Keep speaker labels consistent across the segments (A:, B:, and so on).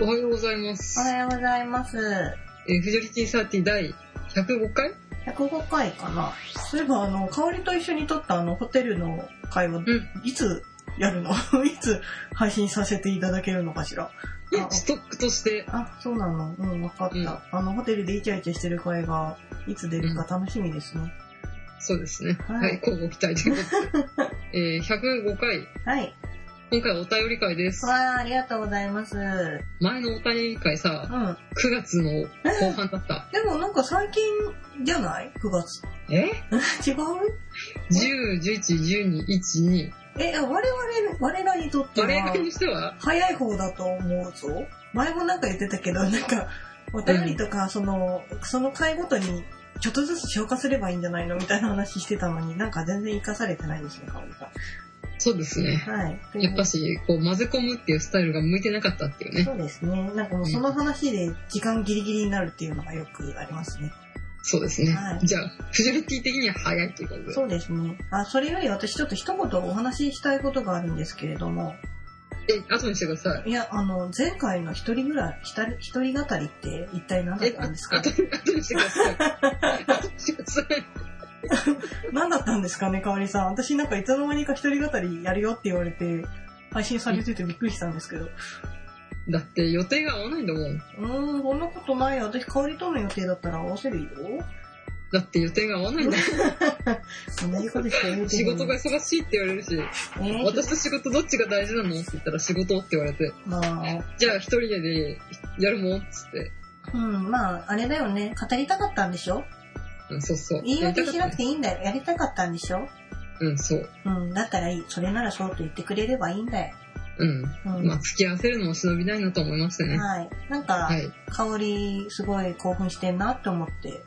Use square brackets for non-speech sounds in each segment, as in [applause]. A: おはようございます
B: お。はようございます。
A: えー、フジョリティサーティ第105回
B: 105回かな。そういえば、あの、香りと一緒に撮ったあの、ホテルの会話、
A: ん。
B: いつやるの [laughs] いつ配信させていただけるのかしら。あ
A: ストックとして、
B: あ、そうなの。うん、わかった、
A: うん
B: あの、ホテルでイチャイチャしてる会が、いつ出るか楽しみですね。
A: そうですね。
B: はい
A: はい、交互期待ということ
B: [laughs]
A: で。えー、105回、
B: はい。
A: 今回お便り会です。
B: わあ、ありがとうございます。う
A: 前のお便り会さ、
B: ん。
A: 9月の後半だった。
B: でもなんか最近じゃない ?9 月。
A: え
B: [laughs] 違う
A: ?10、11、12、1、2。
B: え、我々、我らにとっては。
A: 我々にしては、
B: 早い方だと思うぞ。前もなんか言ってたけど、なんか、お便りとか、その、その回ごとに、ちょっとずつ消化すればいいんじゃないのみたいな話してたのに、なんか全然活かされてないですね、かおりさ
A: そうですね。
B: ん。はい。
A: やっぱし、こう、混ぜ込むっていうスタイルが向いてなかったっていうね。
B: そうですね。なんかもうその話で時間ギリギリになるっていうのがよくありますね。
A: そうですね
B: は。い
A: じゃあ、フジョリティ的には早いということで。
B: そうですね。あ、それより私ちょっと一言お話ししたいことがあるんですけれども、
A: え、後にしてください。
B: いや、あの、前回の一人ぐらい、ひたり一人語りって一体何だっ
A: え、
B: た
A: あ
B: んですか
A: 後に後にしてください。後にしてください。
B: 何だったんですかね、かわりさん。私なんかいつの間にか一人語りやるよって言われて、配信されててびっくりしたんですけど。
A: だって予定が合わないんだもん。
B: うーん、そんなことないよ。私、かおりとの予定だったら合わせるよ。
A: だって予定が合わないんだも。
B: 同じことしか言うんて
A: 仕事が
B: ない。
A: 忙しいって言われるし、
B: えー
A: 私と仕事どっちが大事なのって言ったら仕事って言われて、
B: まあ、
A: じゃあ一人でやるもんっつって。
B: うん、まあ、あれだよね。語りたかったんでしょ
A: うん、そうそう。
B: 言い訳しなく
A: て。
B: ていいんだよ。やりたかったんでしょ
A: うん、そう。
B: うん、だったらいい。それならそうと言ってくれればいいんだよ。
A: うん。
B: うん。
A: まあ、付き合わせるのも忍びないなと思いましたね。
B: はい。なんか、
A: はい。
B: 香り、すごい興奮してんなって思って。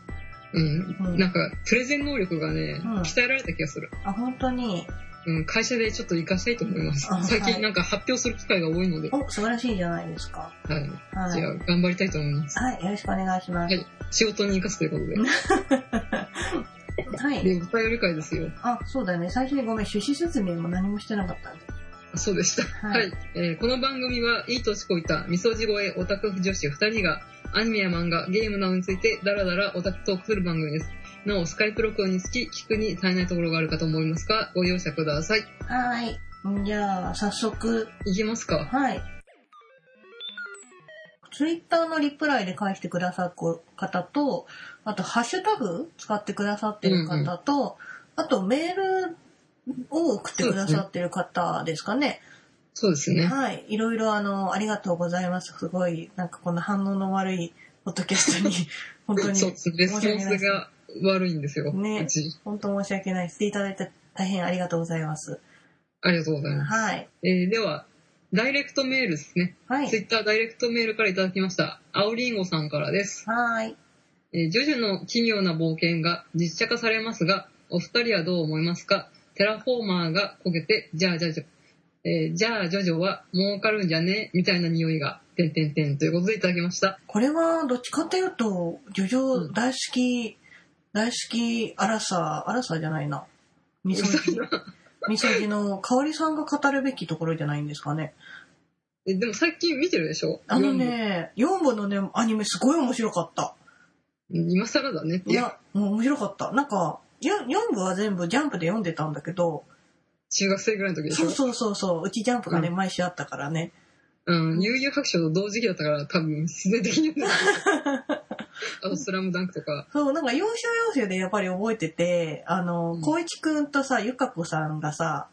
A: うん。
B: うん
A: なんか、プレゼン能力がね、
B: うん
A: 鍛えられた気がする。
B: あ、本当に、
A: うん、会社でちょっと活かしたいと思います
B: あ。
A: 最
B: は
A: 近
B: い
A: なんか発表する機会が多いので、
B: お、素晴らしいじゃないですか。
A: はい。
B: は
A: じ
B: い
A: ゃ。あ、頑張りたいと思います。
B: はい、よろしくお願いします。
A: 仕事に活かすということで。
B: はい。
A: で、お便り会ですよ。
B: あ、そうだね。最初にごめん、趣旨説明も何もしてなかったんで。
A: そうでした。は、
B: はいい
A: えーこの番組はいい年こいた、みそじ越えオタク女子2人が、アニメや漫画、ゲームなどについて、ダラダラオタクトークする番組です。なお、スカイプ録音につき、聞くに足りないところがあるかと思いますが、ご容赦ください。
B: はーい。んじゃあ、早速、
A: いきますか。
B: はい。ツイッターのリプライで返してくださる方と、あと、ハッシュタグ使ってくださってる方と、あと、メールを送ってくださってる方ですかね。
A: そうですね。
B: はい。いろいろあの、ありがとうございます。すごい、なんかこの反応の悪いポッドキャストに、本当に
A: そうですね。レスポンスが悪いんですよ。
B: ね
A: うち。
B: 本当申し訳ない。していただいて大変ありがとうございます。
A: ありがとうございます。
B: はい。
A: えーでは、ダイレクトメールですね。
B: は
A: ツイ
B: い。
A: ッターダイレクトメールからいただきました。青りんごさんからです。
B: はーい。
A: えージョジョの奇妙な冒険が実写化されますが、お二人はどう思いますかテラフォーマーが焦げて、じゃあジョジョ、えーじゃあジョジョは儲かるんじゃねみたいな匂いが、てんてんてんということでいただきました。
B: これは、どっちかというと、ジョジ
A: うん
B: ョ大好き、大好き、アラサー、アラサーじゃないな。みそ
A: [laughs]
B: じ、みそじの、香りさんが語るべきところじゃないんですかね。
A: えでも最近見てるでしょ
B: あの。ね、4部のね、アニメすごい面白かった。
A: うん今更だねって。
B: いや、もう面白かった。なんか、4部は全部ジャンプで読んでたんだけど、
A: 中学生ぐらいの時でし
B: そ
A: ょ
B: うそうそうそう、うちジャンプがね、
A: う
B: 毎週あったからね。
A: うん。悠々白書と同時期だったから多分必然的に
B: [laughs]
A: 読んでる。あとスラムダンクとか。
B: そう、なんか要所要所でやっぱり覚えてて、あの
A: うん、
B: 光一くんとさ、ゆかこさんがさ、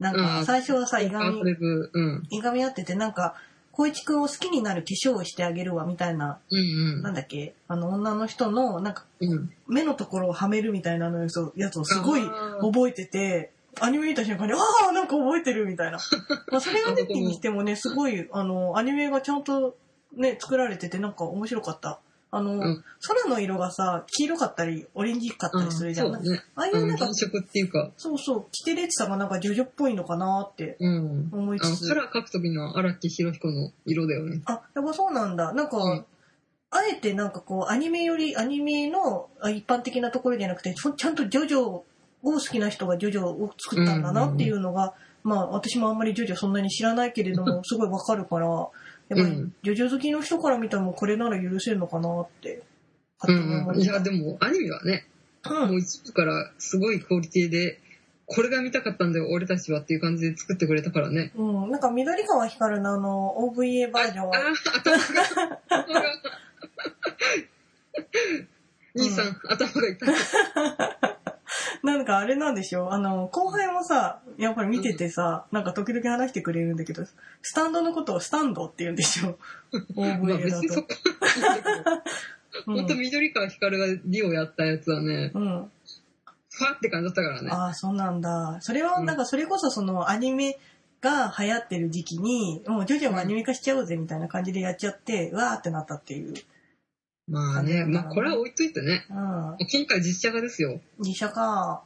B: なん
A: あー
B: か最初はさ、いが
A: アートレ
B: み、
A: ブ、うん。
B: いがみ合ってて、なんか、光一くんを好きになる化粧をしてあげるわ、みたいな、
A: うん
B: なんだっけ、あの、女の人の、なんか、
A: うん。うん。
B: 目のところをはめるみたいなのやつをやつをすごい
A: あー
B: 覚えてて、アニメ見た瞬間に、ああ、なんか覚えてるみた
A: [laughs]
B: いな。まあ、それが出てにしてもね、すごい、あの、アニメがちゃんとね、作られてて、なんか面白かった。あの、
A: ん
B: 空の色がさ、黄色かったり、オレンジかったりするじゃん。
A: うん
B: あ
A: そうね。
B: あいううなん
A: ん、
B: か
A: 原、色っていうか。
B: そうそう、着てるやつさがなんかジョジョっぽいのかなって
A: うん。
B: 思い
A: あの、
B: つつ
A: カ。ラー描くときの荒木博彦の色だよね。
B: あ、やっぱそうなんだ。なんか、
A: うん
B: あえてなんかこう、アニメより、アニメのあ一般的なところじゃなくて、ちょちゃんとジョジョを好きな人がジョジョを作ったんだなっていうのが、まあ私もあんまりジョジョそんなに知らないけれども、すごいわかるから、やっぱりジョジョ好きの人から見たらもうこれなら許せるのかなって、
A: う
B: 勝手に
A: んう
B: 思い
A: ん、
B: ま
A: い
B: し
A: やでもアニメはね
B: た
A: も
B: う
A: うん一部からすごいクオリティでこれが見たかったんだよ俺たちはっていう感じで作ってくれたからね
B: うん、なんか緑川光のあの OVA バージョン
A: あ
B: は、
A: あ頭が頭が兄さん、
B: うん
A: 頭が痛い
B: なんかあれなんでしょあの、後輩もさ、やっぱり見ててさ、なんか時々話してくれるんだけど、スタンドのことをスタンドって言うんでしょ
A: まあ
B: ?OVA
A: 別
B: だ
A: にそ
B: と
A: こ。はいいんだけど
B: う
A: ほんと
B: ん
A: 緑川光がリオやったやつはね、
B: うん。
A: ファって感じだったからね。
B: ああ、そうなんだ。それは、なんかそれこそそのアニメが流行ってる時期に、もう徐々にアニメ化しちゃおうぜみたいな感じでやっちゃって、うわーってなったっていう。
A: まあね、まあこれは置いといてね。
B: うん。
A: 今回実写化ですよ。
B: 実写か。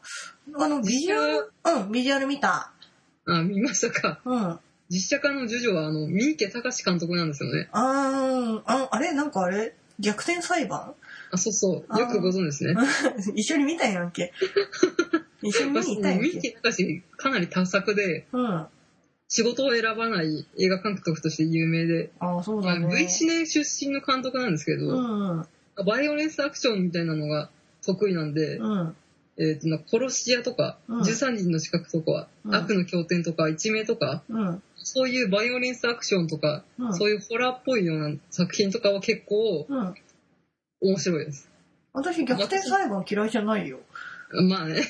B: あの、ビジュアル、うん、ビジュアル見た。
A: あ、見ましたか。
B: うん。あ
A: 実写化のジョジョは、あの、三池隆監督なんですよね。
B: ー、ああれなんかあれ逆転裁判
A: あ、そうそう。よくご存知ですね。
B: [laughs] 一緒に見たや
A: [laughs]
B: んけ。一緒に見に行ったやん
A: 三
B: け。
A: 池隆、かなり多作で、
B: うん。あ
A: 仕事を選ばない映画監督として有名で、
B: あ、そう
A: ま
B: だ
A: あ、
B: ね。
A: V シネ出身の監督なんですけ
B: う
A: ど、
B: んうん。
A: バイオレンスアクションみたいなのが得意なんで、
B: うん。
A: えっとなんか殺し屋とか、
B: うん
A: 13人の資格とか、
B: うん
A: 悪の経典とか、一命とか、
B: うん。
A: そういうバイオレンスアクションとか、
B: うん。
A: そういうホラーっぽいような作品とかは結構
B: うん。
A: 面白いです。
B: 私逆転裁判嫌いじゃないよ。
A: まあ
B: [laughs]
A: ね。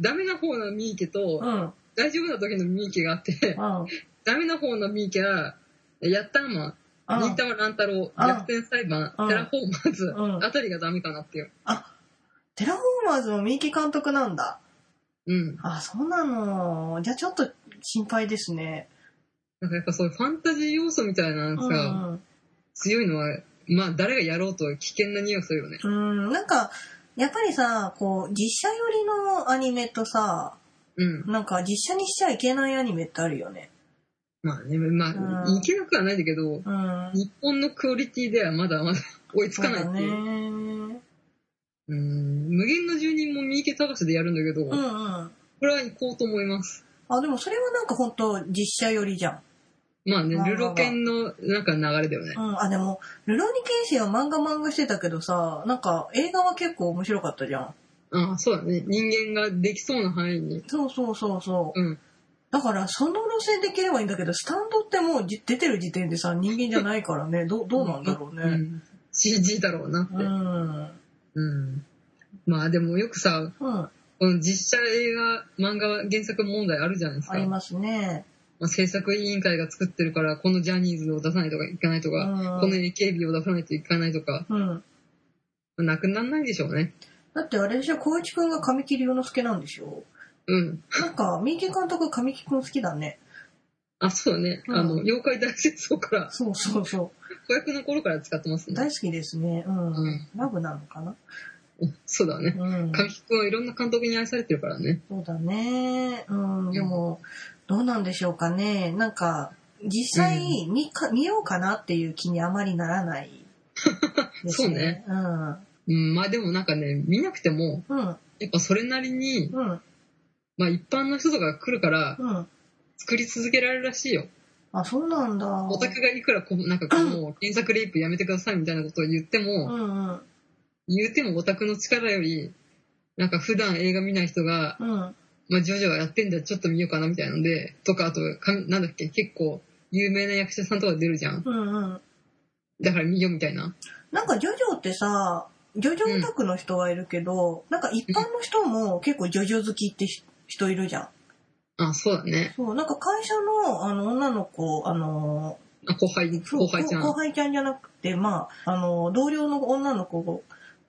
A: ダメな方のミーケ
B: う
A: と、
B: ん。
A: 大丈夫な時のミーケがあって、
B: うん。
A: ダメな方のミーケは、ヤッターマン、
B: うん
A: 新玉乱太郎、
B: うん
A: 逆転裁判、
B: うん
A: テラフォーマーズ
B: うん
A: あたりがダメかなっていう。
B: テラフォーマーズも三木監督なんだ。
A: うん。
B: あ、そうなの。じゃあちょっと心配ですね。
A: なんかやっぱそういうファンタジー要素みたいな
B: う
A: のが
B: んうん。
A: 強いのは、まあ誰がやろうと危険な匂いするよね。
B: うん、なんか、やっぱりさ、こう、実写寄りのアニメとさ、
A: うん。
B: なんか実写にしちゃいけないアニメってあるよね。
A: まあね、まあ、
B: うん
A: いけなくはないんだけど、
B: うん。
A: 日本のクオリティではまだまだ [laughs] 追いつかないっていう。う
B: そうだね。
A: ん無限の住人も三池隆でやるんだけど、
B: うん
A: こ
B: うん。
A: れは行こうと思います。
B: あ、でもそれはなんか本当実写寄りじゃん。
A: まあね
B: まあ、まあ
A: ルロケンのなんか流れだよね
B: う。ん。あ、でも、ルローニケンシンは漫画漫画してたけどさ、なんか映画は結構面白かったじゃん。
A: ああ、そうだね。人間ができそうな範囲に。
B: そうそうそうそう。
A: うん。
B: だからその路線できればいいんだけどスタンドってもうじ出てる時点でさ人間じゃないからねどうどうなんだろう
A: う
B: ね。
A: ん、CG だろうなって。
B: うん
A: うん。まあでもよくさ、
B: うん、
A: この実写映画、漫画原作問題あるじゃないです
B: あ
A: か。
B: り
A: ま
B: ますね。
A: あ、制作委員会が作ってるから、このジャニーズを出さないとかいかないと
B: う
A: か、この
B: ん
A: AKB を出さないといかないとか、
B: うん、
A: まあなくならないんでしょうね。
B: だってあれでしょ光一くんが神木隆之介なんでしょ
A: うん。
B: なんか三池監督神木くん好きだね。
A: あ、そうだね。
B: うん
A: あの、妖怪大戦争から、
B: そうそうそ
A: 子役の頃から使ってます
B: う
A: ね。
B: 大好きですね。うん、
A: うん
B: ラブなのかな。
A: そうだね。
B: うん、
A: 神木君はいろんな監督に愛されてるからね。
B: そうだね。うんでもどうなんでしょうかね。なんか実際見か、見ようかなっていう気にあまりなら [laughs] ないですね。そうね。うん。
A: うん、まあでもなんかね、見なくても、
B: うん、
A: やっぱそれなりに、
B: うん、
A: まあ一般の人とかが来るから、
B: うん。
A: 作り続けられるらしいよ。
B: あ、そうなんだ。
A: オタクがいくらこう、なんかこう、
B: [clears throat]
A: もう原作レイプやめてくださいみたいなことを言って
B: う
A: も、
B: ん、うん、
A: 言うてもオタクの力より、なんか普段映画見ない人が、
B: うん。
A: まあ、ジョジョやってんだちょっと見ようかなみたいなので、とか、あと、かなんだっけ、結構、有名な役者さんとか出るじゃん。
B: うん、うん。
A: だから見ようみたいな。
B: なんか、ジョジョってさ、ジョジョオタクの人はいるけど、なんか一般の人も結構ジョジョ好きってし人いるじゃん。
A: あ、そうだね。
B: そう、なんか会社の、あの、女の子、あの、
A: あ後輩、
B: そう
A: 後輩ちゃん。
B: 後輩ちゃんじゃなくて、まあ、あの、同僚の女の子、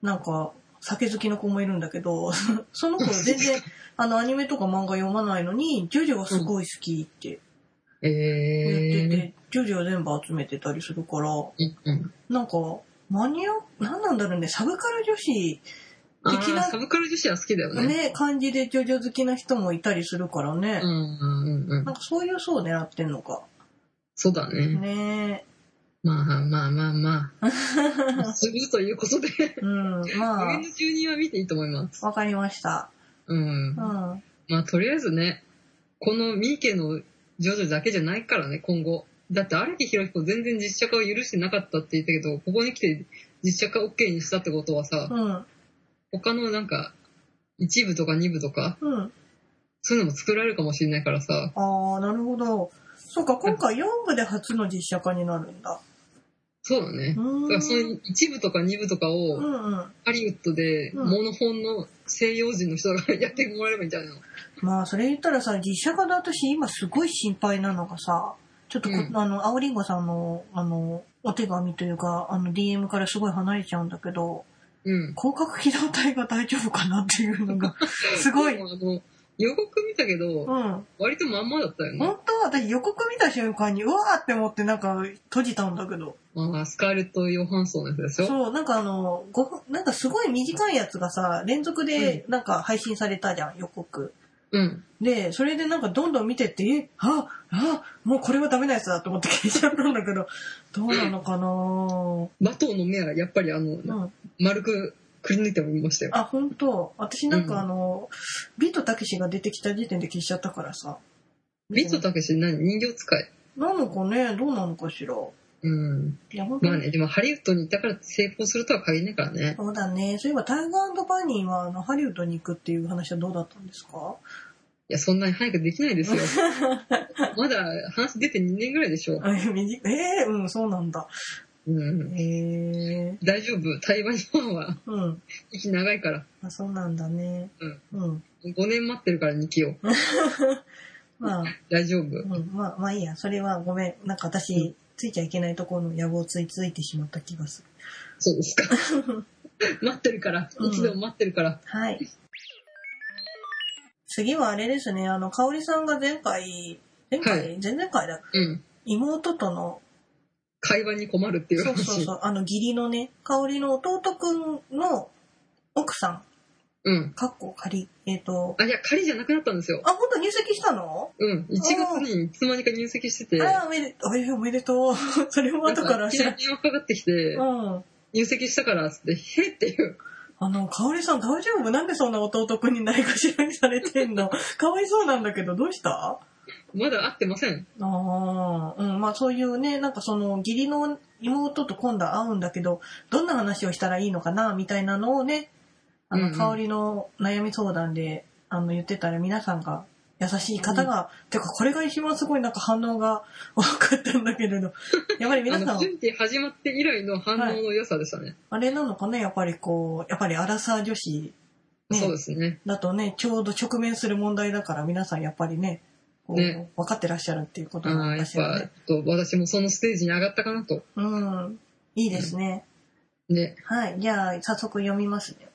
B: なんか、酒好きの子もいるんだけど、 [laughs] その子全
A: [laughs]
B: 然、あの、アニメとか漫画読まないのに、ジョジョがすごい好きって
A: え
B: 言って
A: ー。
B: て、ジョジョ全部集めてたりするから、
A: うんうん
B: なんか、マニア、なんなんだろうね、サブカル女子、
A: あ
B: 的な
A: ーサブカル女子は好きだよね。
B: ね、感じでジョジョ好きな人もいたりするからね
A: う。んうんうん
B: なんかそういう層を狙ってんのか。
A: そうだね。
B: ね
A: まあまあまあま
B: [laughs]
A: あ、するということで、
B: うん、ま
A: 上
B: あ
A: の、住人は見ていいと思います。
B: わかりました。
A: うん
B: う。ん。
A: まあとりあえずね、この三池のジョジョだけじゃないからね、今後。だって荒木宏彦全然実写化を許してなかったって言ったけど、ここに来て実写化 OK にしたってことはさ、
B: うん。
A: 他のなんか、一部とか二部とか、
B: うん。
A: そういうのも作られるかもしれないからさ、
B: ああ、なるほど。そうか、今回4部で初の実写化になるんだ。
A: そうだね
B: う。
A: だ
B: ーん。
A: からその一部とか二部とか
B: う
A: を、
B: んうん。
A: ハリウッドで、
B: うん
A: モノ本の西洋人の人がやってもらえればいいんじゃないの
B: まあ、それ言ったらさ、実写化だと私今すごい心配なのがさ、ちょっとこ、
A: うん
B: あの、青りんごさんの、あの、お手紙というか、あの、DM からすごい離れちゃうんだけど、
A: うん。
B: 広角機動隊が大丈夫かなっていうのが、すごい
A: で。もあの、予告見たけど、
B: うん。
A: 割とまんまだったよね。
B: 本当は私予告見た瞬間にうわーって思ってなんか閉じたんだけど
A: まあ、スカーレット・ヨハンソンのやつでしょ
B: そうなんかあの5分なんかすごい短いやつがさ連続でなんか配信されたじゃん予告
A: うん。
B: でそれでなんかどんどん見てってえああもうこれはダメなやつだと思って消しちゃったんだけどどうなのかな
A: バトーの目はやっぱりあの、
B: うん
A: 丸くくり抜いても見ましたよ。
B: あ本当私なん
A: うん
B: かあの、ビートたけしが出てきた時点で消しちゃったからさ
A: ビートたけし何人形使い。
B: なのかねどうなのかしら
A: うん。
B: いや本当
A: ま
B: に
A: あね、でもハリウッドに行ったから成功するとは限らないからね。
B: そうだね。そういえば、タイガーバニーは、あの、ハリウッドに行くっていう話はどうだったんですか [laughs]
A: いや、そんなに早くできないですよ。まだ話出て2年ぐらいでしょ。
B: あ短いえー、うん、そうなんだ。
A: うん。
B: へえ
A: 大丈夫。台湾日本は
B: ー。うん。
A: 息長いから。
B: あ、そうなんだね。うん。
A: 5年待ってるから2期を。
B: まあ、
A: 大丈夫。
B: うん、まあ、まあいいや。それはごめん。なんか私、
A: う
B: ついちゃいけないところの野望ついついてしまった気がする。
A: そうです
B: [laughs]
A: か。待ってるから。
B: うん
A: 一度待ってるから。
B: はい。次はあれですね。あの、香織さんが前回、前回、
A: は
B: 前々回だ。
A: うん。
B: 妹との
A: 会話に困るっていう
B: そう
A: 話。
B: そう [laughs] そう。あの、義理のね、香りの弟くんの奥さん、
A: うん。
B: かっこ仮、えっ、と、
A: あ、いや、仮じゃなくなったんですよ。
B: あ、本当入籍したの
A: うん。1月にいつまにか入籍してて、
B: あおめで、あいやおめでとう。 [laughs] それも後から知
A: 知ら
B: ら
A: 電話かかってきて
B: う、ん。
A: 入籍したからっつって、へっていう。
B: あの、香りさん大丈夫なんでそんな弟くんにないがしらにされてんの [laughs] かわいそうなんだけど、どうした
A: まだ会ってません。
B: ああ、うん、まあそういうね、なんかその義理の妹と今度会うんだけど、どんな話をしたらいいのかな、みたいなのをね、あ
A: うん
B: の、
A: うん
B: 香りの悩み相談で、あの、言ってたら皆さんが、優しい方が、てかこれが一番すごいなんか反応が多かったんだけれど、やっぱり
A: あ
B: 皆さ
A: の、
B: ん、
A: 準備始まって以来の反応の良さでしたね。
B: あれなのかね、やっぱりこう、やっぱりアラサー女子、ね
A: そうですね。
B: だとね、ちょうど直面する問題だから皆さんやっぱりね、こう、
A: ね
B: 分かってらっしゃるっていうこと
A: あ
B: な
A: あ、
B: ん
A: や
B: で
A: っ
B: すよ
A: ぱ
B: ね。、
A: ちょっと私もそのステージに上がったかなと。
B: うん。いいですね。
A: ね。
B: はい。じゃあ、早速読みますね。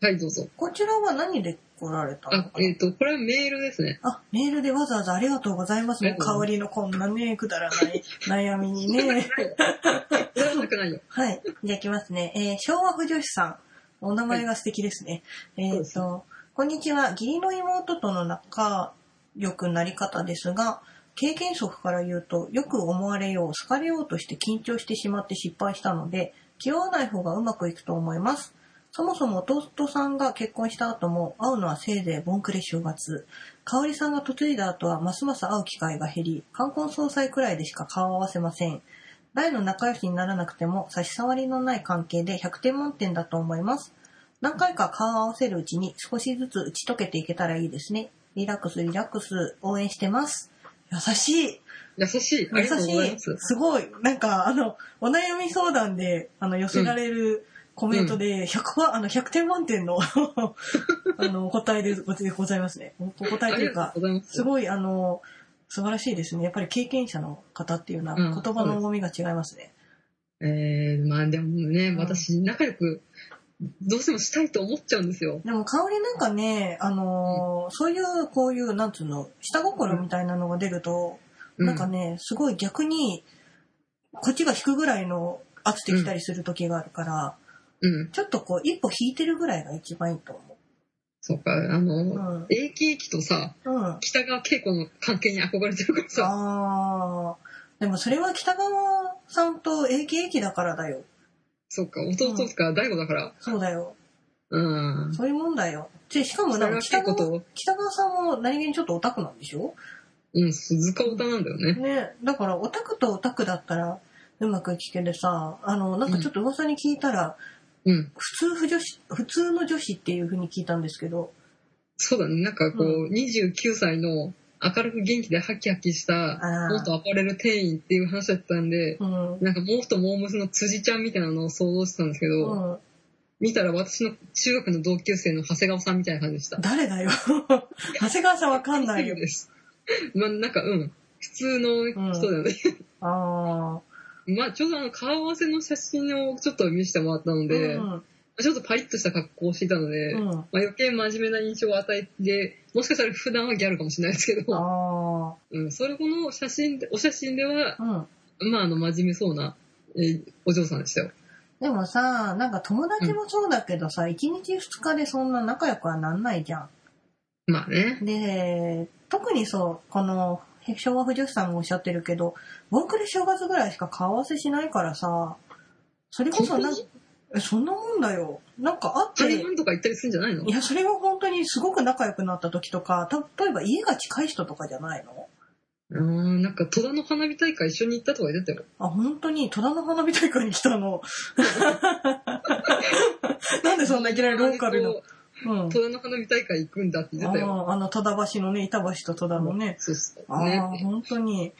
A: はい、どうぞ。
B: こちらは何で来られたの
A: あ
B: か、な
A: えっ、と、これはメールですね。
B: あ、メールでわざわざありがとうございます。
A: あ
B: も
A: り
B: う
A: がとうご
B: 香
A: ざ
B: りのこんなね、くだらない悩みに
A: [laughs]
B: ね。
A: それはなくないよ。
B: はい。じゃあ、いきますね。えー昭和婦女子さん。お名前が素敵ですね。
A: そう
B: えっ、
A: です
B: と、こんにちは。義理の妹との仲良くなり方ですが、経験則から言うと、よく思われよう、好かれようとして緊張してしまって失敗したので、気負わない方がうまくいくと思います。そもそも弟さんが結婚した後も会うのはせいぜいボンクレ正月。香織さんが嫁いだ後はますます会う機会が減り、冠婚葬祭くらいでしか顔を合わせません。大の仲良しにならなくても差し障りのない関係で100点満点だと思います。何回か顔を合わせるうちに少しずつ打ち解けていけたらいいですね。リラックスリラックス応援してます。優しい
A: [laughs] 優しい。あ
B: 優
A: りがとう
B: し
A: ござい
B: い
A: ます。
B: すごいなんかあの、お悩み相談であの寄せられるコメントで100パー、あの100点満点
A: [laughs]
B: のあのお答えでごございますね。おお答え
A: あ
B: とい
A: り
B: う
A: が
B: か
A: とう、ございます。
B: すごいあの、素晴らしいですね。やっぱり経験者の方っていうのは
A: うん
B: 言葉の重みが違いますね。
A: えー、まあでもね、
B: ん
A: 私、仲良く、どうしてもしたいと思っちゃうんですよ。
B: でも香りなんかね、あのーそういうこういう、なんつうの、下心みたいなのが出ると、
A: う
B: なんかね、すごい逆に、こっちが引くぐらいの圧できたりする時があるから、
A: うん。
B: ちょっとこう、一歩引いてるぐらいが一番いいと思
A: そうか、あ
B: う。う
A: の、
B: ん。
A: 永久期とさ、
B: うん。
A: 北川景子の関係に憧れてるからさ、
B: あー。でもそれは北川さんと AKA だからだよ。
A: そっか、弟とか大悟だから。
B: そうだよ。
A: うん。
B: そういうもんだよ。で、しかもなんか
A: それ
B: 北
A: は結構
B: 川、北川さんも何気にちょっとオタクなんでしょ
A: うん、鈴鹿オタなんだよね。
B: ね。だからオタクとオタクだったらうまく聞けてさ、あの、なんかちょっと噂に聞いたら、
A: うん。
B: 普通不女子、普通の女子っていう風に聞いたんですけど、
A: そうだね。なんかこう、29歳の明るく元気でハキハキした
B: あー、
A: 元アパレル店員っていう話だったんで、
B: うん。うん。
A: なんか毛布と毛むすの辻ちゃんみたいなのを想像してたんですけど、見たら私の中学の同級生の長谷川さんみたいな感じでした。
B: 誰だよ。 [laughs] 長谷川さんわかんないよ。
A: です。まあなんかうん、普通の人だよね。
B: ああ。
A: [laughs] まあちょうどあの顔合わせの写真をちょっと見せてもらったので、
B: う
A: ま
B: ん。
A: あちょっとパリッとした格好をしていたので、
B: う
A: ま
B: ん。
A: あ余計真面目な印象を与えて、もしかしたら普段はギャルかもしれないですけど、
B: あ
A: うん、それこの写真で、お写真では
B: あ。、うん。
A: まああの真面目そうな、えーお嬢さんでしたよ。
B: でもさ、なんか友達もそうだけどさ、一1日2日でそんな仲良くはなんないじゃ
A: まあね。
B: ん。で、特にそう、この、昭和不女子さんもおっしゃってるけど、ボークで正月ぐらいしか顔合わせしないからさ、それこそなん
A: そん
B: えそんなもんだよ。なんか会
A: 台
B: って、
A: 湾とか行ったりするんじゃないの
B: いや、それは本当にすごく仲良くなった時とか、た例えば家が近い人とかじゃないの
A: あーなんか戸田の花火大会一緒に行ったとか言ってたよ。
B: あ、本当に戸田の花火大会に来
A: [laughs]
B: たの。なんでそんないきなりローカルの。うん
A: 戸田の花火大会行くんだって言ってたよ。
B: あああの、戸田橋のね、板橋と戸田のね。
A: そうそう。
B: ああ、
A: ね。
B: 本当に。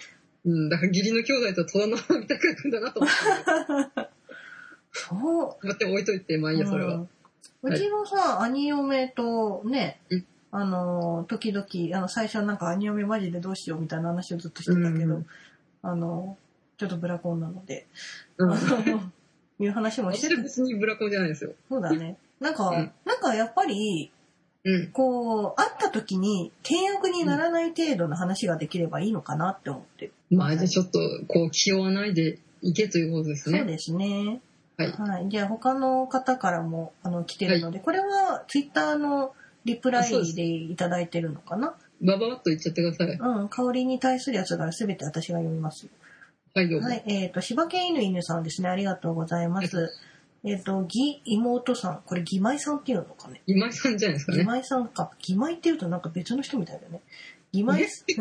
A: うん、だから義理の兄弟と戸田の花火大会行くんだなと思って。
B: そう。
A: 待って置いといて、まあいいや、それ
B: う
A: は。
B: んうちのさ、兄嫁とね
A: うん、
B: あの、時々、あの、最初はなんか兄嫁マジでどうしようみたいな話をずっとしてたけ
A: う
B: ど
A: ん、
B: あの、ちょっとブラコンなので、
A: うん。
B: いう話もし
A: 私
B: て
A: は別にブラコンじゃないですよ。
B: そうだね。なんか、
A: うん
B: なんかやっぱり、
A: うん。
B: こう、会った時に、倹約にならない程度の話ができればいいのかなって思ってる。
A: まあじゃあちょっと、こう、気負わないでいけということです
B: そう
A: ね。
B: ですね。
A: はい
B: じゃあ他の方からもあの来てるので、これはツイッターのリプラ
A: あそうで
B: イ
A: す
B: でいただいてるのかな
A: バババッと言っちゃってください。
B: うん、香りに対するやつが全て私が読みます。
A: はい、どうも。
B: は
A: はい。
B: い、えっ、と、柴犬犬犬さんですね。ありがとうございます。えっ、と、義妹さん。これ、義妹さんっていうのかね。
A: 今井さんじゃないですか
B: 義
A: ね。
B: 妹さんか。義妹っていうとなんか別の人みたいだね。義妹、 [laughs]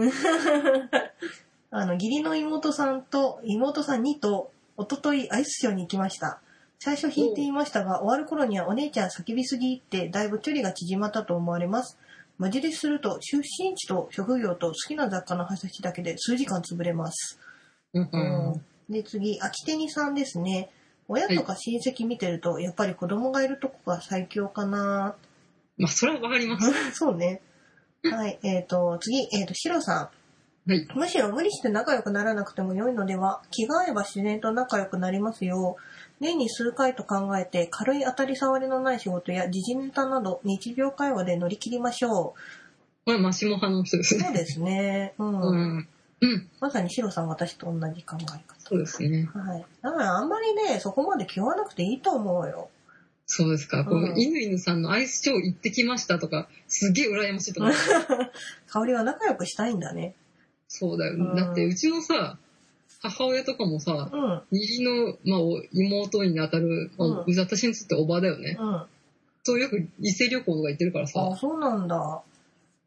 B: あの、義理の妹さんと、妹さん2と、おとといアイスショーに行きました。最初弾いていましたが、終わる頃にはお姉ちゃん叫びすぎって、だいぶ距離が縮まったと思われます。無印すると、出身地と職業と好きな雑貨の話だけで数時間潰れます。
A: うんうん。
B: で、次、秋手にさんですね。親とか親戚見てると、やっぱり子供がいるとこが最強かな。
A: まあ、それはわかります。
B: [laughs] そうね。はい、えっ、と、次、えっ、と、シロさ
A: はい。
B: ん。むしろ無理して仲良くならなくても良いのでは、気が合えば自然と仲良くなりますよ。年に数回と考えて、軽い当たり障りのない仕事や時事ネタなど、日常会話で乗り切りましょ
A: これはマシモ派の人です
B: う。
A: ね。
B: そうですね。うん。
A: うん。うん。
B: まさにシロさん、私と同じ考え方。
A: そうですね。
B: はい。だからあんまりね、そこまで気負わなくていいと思うよ。
A: そうですか。こ
B: う
A: う、
B: ん
A: 犬犬さんのアイスショー行ってきましたとか、すげえ羨ましいと思う。
B: 香りは仲良くしたいんだね。
A: そうだよ、
B: うん
A: だって、うちのさ、母親とかもさ、
B: うん。うん。
A: 義理の、まあ、お妹に当たる、まあ
B: う
A: 私にとっておばだよね。
B: あ、
A: そうよく伊勢旅行とか行ってるからさ、
B: そうなんだ。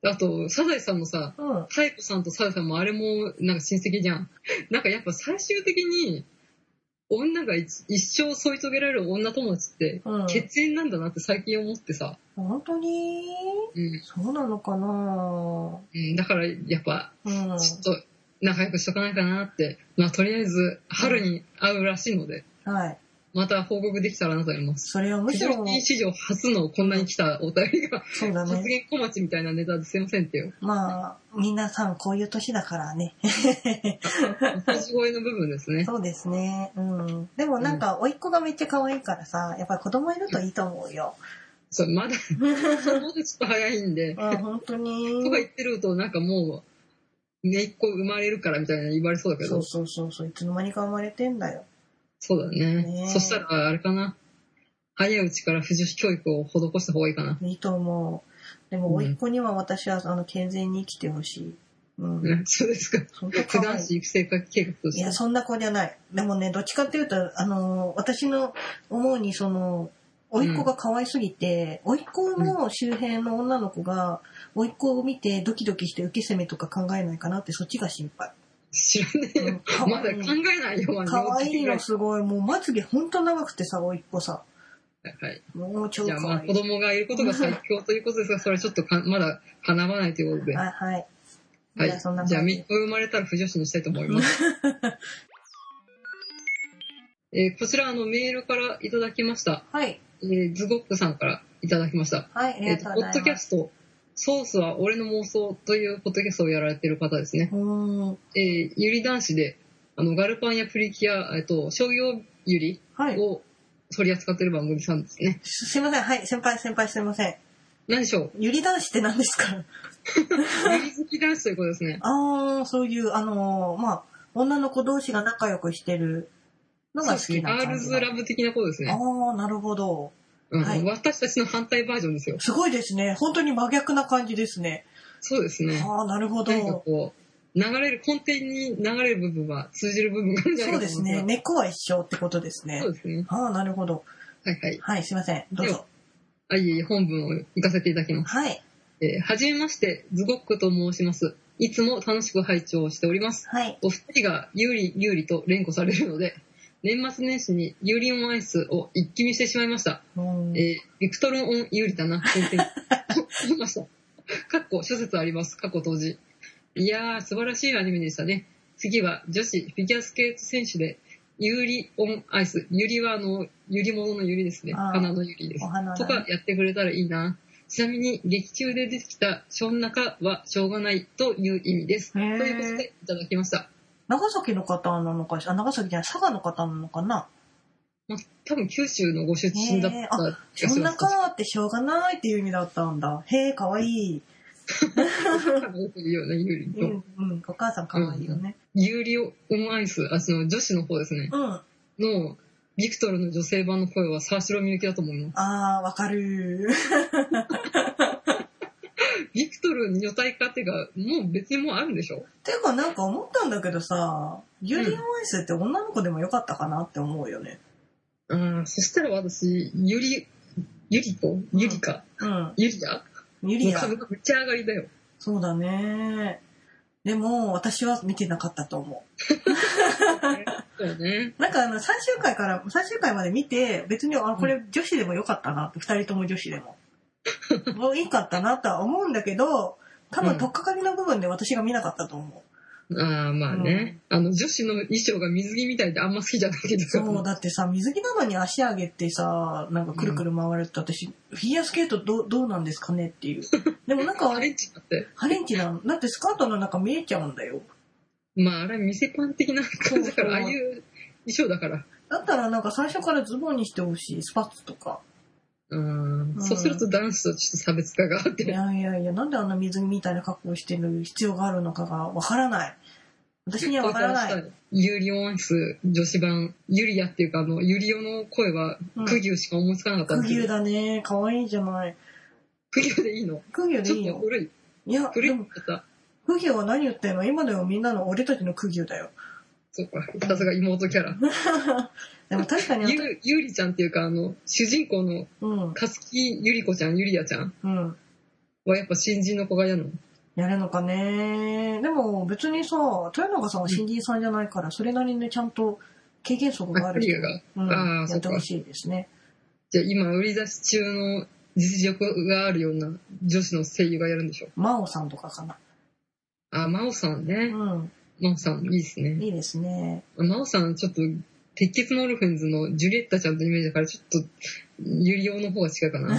A: あと、サザエさんもさ、
B: うん。
A: サイコさんとサザエさんもあれも、なんか親戚じゃん。 [laughs] なんかやっぱ最終的に、女が一一生添い遂げられる女友達って、
B: うん。
A: 血縁なんだなって最近思ってさ、
B: 本当に
A: うん。
B: そうなのかな
A: うん、だから、やっぱ、
B: うん。
A: ちょっと仲良くしとかないかなって、まあとりあえず春に会うらしいので、
B: はい。
A: また報告できたらなと思います。
B: それはむ
A: 非
B: し
A: 常
B: [laughs] ろ、
A: に史上初のこんなに来たお便りが、
B: そうだ
A: 発
B: ね。
A: 言小町みたいなネタですいませんってよ。
B: まあ、皆さんこういう年だからね。
A: 年越えの部分ですね。
B: そうですね。うん。でもなんか、甥っ子がめっちゃ可愛いからさ、やっぱり子供いるといいと思うよ。
A: そう、まだ、まだちょっと早いんで、
B: うん、本当に
A: とか。言ってるとなんかもう、めいっ子生まれるからみたいな言われそうだけ
B: そ
A: ど
B: う、そうそうそう、いつの間にか生まれてんだよ。
A: そうだ
B: ね
A: ね。
B: え
A: そしたら、あれかな。早いうちから不女子教育を施した方がいいかな。
B: いいと思う。でも、甥っ子には私は、あの、健全に生きてほしい。うん。
A: うんそうですか。
B: 本当
A: 九
B: 可愛
A: 段
B: い。
A: 市育成計画と
B: い
A: し
B: や、
A: て。
B: そんな子じゃない。でもね、どっちかっていうと、あのー、私の思うに、その、甥っ子が可愛すぎて、甥っ子の周辺の女の子が、甥っ子を見てドキドキして受け攻めとか考えないかなって、そっちが心配。
A: 知らねえ
B: う
A: よ。
B: ん可
A: まだ
B: 愛
A: 考
B: い
A: えないよ、まだ
B: 可愛い
A: は
B: のすごい。もうまつげほんと長くてさ、甥っ子さ。
A: い。
B: もう超
A: じゃあま
B: 可
A: あ
B: 愛
A: 子
B: い。
A: 供がいることが最強ということですが、それはちょっとか [laughs] まだ叶わないということで。は
B: はい、はい。
A: い
B: じゃあそんな。
A: じゃあ、
B: 感じ
A: 3つ生まれたら不女子にしたいと思い
B: [laughs]
A: ます。えーこちら、あの、メールからいただきました。
B: はい。
A: えーズゴックさんからいただきました。
B: はい、あり
A: え
B: が
A: っ
B: と
A: と、
B: う
A: ポ
B: ござ
A: ッ
B: い
A: ドキャ
B: ます。
A: スト、ソースは俺の妄想というポッドキャストをやられてる方ですね。
B: うーん。
A: えーゆり男子で、あの、ガルパンやプリキュア、えっと、商業ゆり
B: はい。
A: を取り扱ってる番組さんですね。
B: すすいません。はい。先輩、先輩、すいません。
A: 何でしょう
B: ゆり男子って何ですか
A: ゆり好き男子ということですね。
B: ああ、そういう、あのーまあ、女の子同士が仲良くしてるの
A: そう
B: が
A: で
B: 好
A: す
B: き
A: ね。
B: な
A: ガー
B: 感
A: ル
B: じ
A: ズラブ的なことですね。
B: ああ、なるほど。
A: うん
B: はい
A: 私たちの反対バージョンですよ。
B: すごいですね。本当に真逆な感じですね。
A: そうですね。
B: ああ、なるほど。
A: 何か
B: そ
A: こう、流れる、根底に流れる部分は通じる部分があるんじゃないうか
B: で
A: と
B: す
A: 思い
B: ね。
A: ます
B: 根っこは一緒ってことです
A: が。
B: ね
A: そう。ですね。
B: ああ、なるほど。
A: はいはい。
B: はい、すいません。どうぞ。
A: あ、いえいえ、本文を行かせていただきます。
B: はい、
A: えーはじめまして、ズゴックと申します。いつも楽しく拝聴しております。
B: はい。
A: お二人が有利有利と連呼されるので、年末年始にユーリオンアイスを一気見してしまいました。
B: うーん
A: えービクトルオン有利だな、コンテンツ。言いました。かっこ諸説あります。過去当時。いやー、素晴らしいアニメでしたね。次は女子フィギュアスケート選手で、ユーリオンアイス。ユリはあの、ユリもののユリですね。
B: あー
A: 花のユリです
B: お。花
A: と
B: の
A: かやってくれたらいいな。ちなみに、劇中で出てきた、しょんなかはしょうがないという意味です。と
B: へー
A: いうことで、いただきました。
B: 長崎の方なのかしら、あ長崎じゃない、佐賀の方なのかな。
A: 多分、九州のご出身だった
B: へー
A: 気が
B: そ
A: し
B: ん
A: ま
B: な
A: す。
B: かーってしょうがないっていう意味だったんだ。へえ、かわいい。
A: よく言うよね、ゆり
B: う
A: と。
B: ん、うん、お母さんかわいいよね。
A: ゆりオンアイス、あ、その女子の方ですね。
B: うん。
A: の、ビクトルの女性版の声は沢城みゆきだと思います。
B: あー、わかる [laughs]
A: ビクトルの女体化っていうか、もう別にもうあるんでしょ
B: ていうかなんか思ったんだけどさ、ユリオンアイスって女の子でもよかったかなって思うよね。
A: ああ、そしたら私、ゆり、ゆり子ゆりか
B: うん。
A: ゆりだ
B: ユ
A: も
B: リ
A: う
B: ア
A: 株。がぶち上がりだよ。
B: そうだね。でも、私は見てなかったと思
A: そうね。
B: う。なんかあの、最終回から、最終回まで見て、別に、あ、これ女子でもよかったなって、二人とも女子でも。もういいかったなとは思うんだけど、多
A: うん
B: 分、とっかかりの部分で私が見なかったと思
A: ああ、まあね。あの、女子の衣装が水着みたいであんま好きじゃないけど。
B: う。そう、だってさ、水着なのに足上げてさ、なんかくるくる回るって私、フィギュアスケートどうどうなんですかねっ
A: [laughs]
B: ていう。でもなんか
A: ア、レンジだって。
B: ハレンチなのだってスカートの中見えちゃうんだよ。
A: まあ、あれは店パン的な感じだから、あ
B: そう
A: あい
B: そう
A: う衣装だから。
B: だったらなんか最初からズボンにしてほしい。スパッツ
A: [laughs]
B: とか。
A: うん
B: ん
A: そうすると男子とちょっと差別化があっ
B: い
A: て。
B: やいやいや、なんであんな水着みたいな格好してる必要があるのかがわからない。私にはわか
A: [laughs]
B: らない。
A: ユリオンアイス女子版、ユリアっていうか、あの、ユリオの声は、
B: うん
A: クギュしか思いつかなかったん
B: ク
A: です
B: ギ
A: け
B: ュ
A: ど。
B: だね。可愛いじゃない。
A: クギュでいいの
B: クギュで
A: ち
B: いい
A: ょっと
B: よ。
A: 古い。
B: いや、
A: 古
B: で
A: い
B: も、
A: だった。
B: クギュは何言ってんの今でもみんなの俺たちのクギュだよ。
A: そうか。さすが妹キャラ。
B: でも確かに、
A: ゆ、ゆりちゃんっていうか、あの、主人公の、
B: うん、
A: かすきゆりこちゃん、ゆりやちゃん
B: うん。
A: はやっぱ新人の子がやるの。
B: やるのかね。でも別にさ、豊永さんは新人さんじゃないから、それなりにちゃんと経験則があ
A: あ、
B: る
A: ゆ
B: 人
A: りやが。
B: うん
A: あー
B: やってほしいですね。
A: じゃあ今、売り出し中の実力があるような女子の声優がやるんでしょ。
B: 真央さんとかかな。
A: あ、真央さんね。
B: う
A: 真央さん、いいですね
B: ん。。いいですね。
A: 真央さん、ちょっと、鉄血のオルフェンズのジュリエッタちゃんのイメージだから、ちょっと、ユリオの方が近いか
B: [laughs]
A: な。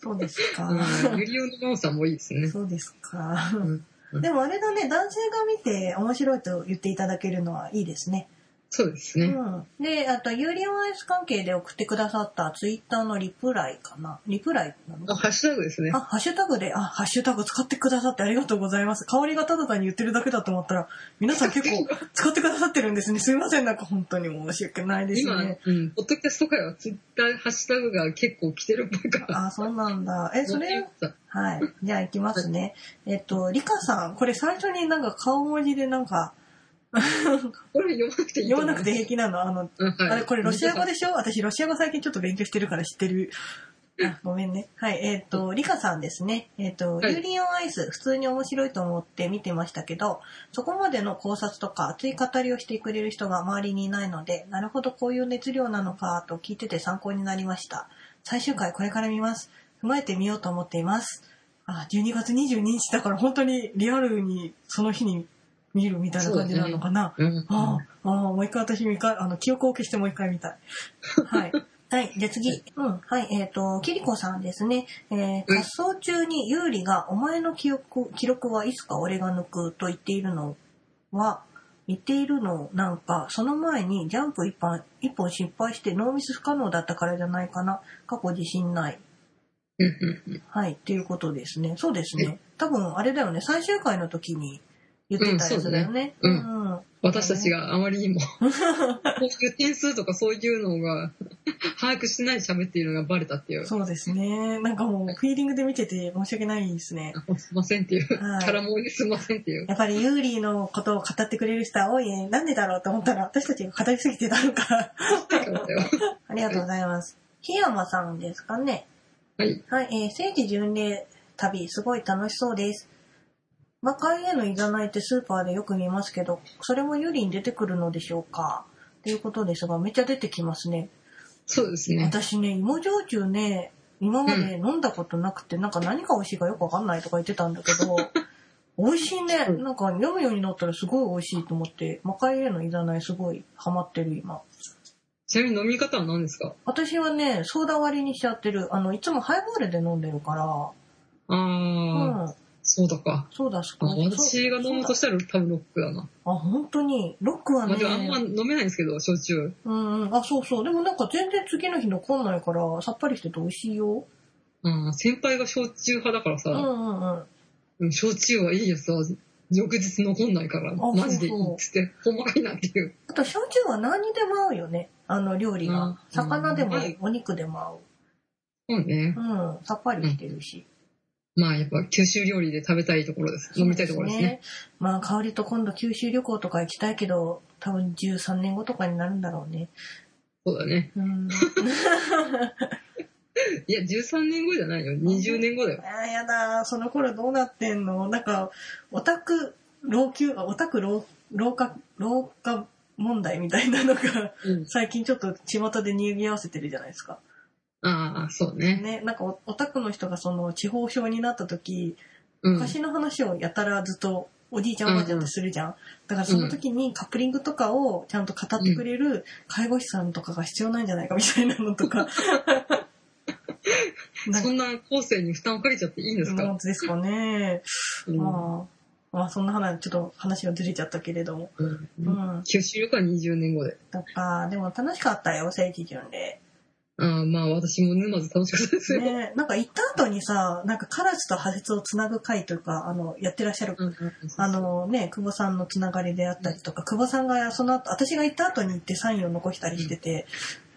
B: そうですか。
A: うんユリオの真央さんもいいですね。
B: そうですか。
A: んうん
B: でもあれだね、男性が見て面白いと言っていただけるのはいいですね。
A: そうですね。
B: うん、で、あと、有料アイス関係で送ってくださったツイッターのリプライかな。リプライなの
A: あ、ハッシュタグですね
B: あ、。ハッシュタグで、あ、ハッシュタグ使ってくださってありがとうございます。香りがただ単に言ってるだけだと思ったら、皆さん結構使ってくださってるんですね。すいません、なんか本当に申し訳ないです
A: 今、
B: ね。
A: うん、ポッドキャスト界はツイッター、ハッシュタグが結構来てるっぽいから。
B: あ、そうなんだ。
A: [laughs]
B: え、それ、
A: あ
B: はい。じゃあ行きますね。えっと、リカさん、これ最初になんか顔文字でなんか、
A: これ読まなくていいと
B: 言わ
A: 思う
B: なくて平気なの。あの、
A: うんはい、
B: あれこれロシア語でしょ私ロシア語最近ちょっと勉強してるから知ってる。あごめんね。はい。えっ、と、リカさんですね。えっ、と、
A: はい
B: ユーリオンアイス、普通に面白いと思って見てましたけど、そこまでの考察とか熱い語りをしてくれる人が周りにいないので、なるほどこういう熱量なのかと聞いてて参考になりました。最終回これから見ます。踏まえてみようと思っています。あ、12月22日だから本当にリアルにその日に見るみたいな感じなのかな。
A: うん
B: ああ、ああ、もう一回私見か、あの、記憶を消してもう一回見たい。
A: [laughs]
B: はい。はい。じゃあ次。うん。はい。えっ、と、キリコさんですね。えー、
A: うん
B: 滑走中に有利が、お前の記憶、記録はいつか俺が抜くと言っているのは、言っているのなんか、その前にジャンプ一本、一本失敗してノーミス不可能だったからじゃないかな。過去自信ない。
A: うんうんうん
B: はい、っていうことですね。そうですね。多分あれだよね、最終回の時に言ってたやつだよね。
A: うん
B: ん
A: 私たちがあまりに
B: [laughs]
A: もこういう点数とかそういうのが把握しないで喋っているのがバレたっていう
B: そうですね。なんかもう、フィーリングで見てて申し訳ないですね。
A: あすいませんっていうキ
B: はい
A: ャラもにすいませんっていう
B: やっぱりユーリーのことを語ってくれる人は多いね。なんでだろうと思ったら、私たちが語りすぎてたのか。 [laughs]
A: だったよ
B: ありがとうございます。檜山さんですかね。
A: はい
B: はい、えー、聖地巡礼旅、すごい楽しそうです。魔界へのいざないってスーパーでよく見ますけど、それもユリに出てくるのでしょうかということですが、めっちゃ出てきますね。
A: そうですね
B: 私ね、芋焼酎ね、今まで飲んだことなくて、なんか何が美味しいかよくわかんないとか言ってたんだけ
A: [laughs]
B: ど、美味しいね。
A: うん
B: なんか読むようになったらすごい美味しいと思って、魔界へのいざないすごいハマってる今。
A: ちなみに飲み方は何ですか
B: 私はね、ソーダ割りにしちゃってる。あの、いつもハイボールで飲んでるか
A: あ
B: ら、
A: あ、
B: うん。
A: そうだか
B: そうだ、少
A: あ
B: ない
A: 私が飲むとしたら多分ロックだな、
B: あ、本当に。ロックは
A: ま
B: ね
A: あ、、でもあんま飲めないんですけど焼酎
B: うんうん。あ、そうそう。でもなんか全然次の日残んないから、さっぱりしてて美味しいよ。
A: あー先輩が焼酎派だから
B: うんう
A: さ、
B: ん
A: う
B: うん。
A: ん焼酎はいいやつは翌日残んないから
B: そう
A: マジでいいっつってほんまかいなっていう
B: あと、焼酎は何にでも合うよね。あの、料理
A: うん
B: が。魚でも
A: はい、
B: お肉でも合う。
A: そうね
B: うん。さっぱりしてるし。
A: まあやっぱ九州料理で食べたいところです。飲みたいところですね。
B: そうですね。まあ、香りと今度九州旅行とか行きたいけど、多分13年後とかになるんだろうね。
A: そうだね。
B: うん。
A: いや、13年後じゃないよ。20年後だよ。
B: あー [laughs] やだーその頃どうなってんのなんかオタク老朽あオタク老老化老化問題みたいなのが
A: うん。
B: 最近ちょっと巷でにぎわせてるじゃないですか。
A: ああ、そうね。
B: ね、なんかオオタクの人がその地方症になった時
A: うん。
B: 昔の話をやたらずっとおじいちゃんおばあちゃんってするじゃん。だからその時にカップリングとかをちゃんと語ってくれる介護士さんとかが必要なんじゃないかみたいな
A: [laughs]
B: のとか。なん
A: そんな後世に負担をかけちゃっていいんです
B: か
A: か、
B: ですかね。
A: うん
B: まあ、まあそんな話、ちょっと話がずれちゃったけれども。
A: うん
B: うん。
A: 九州旅行は20年後で。
B: とか、でも楽しかったよ、正規順で。
A: ああ、まあ私も沼津楽しかったですよ。
B: ね、なんか行った後にさ、なんかカラスと破裂をつなぐ会というか、あの、やってらっしゃる、
A: うんうん
B: あのね、久保さんのつながりであったりとか、久保さんがその後、私が行った後に行ってサインを残したりしてて、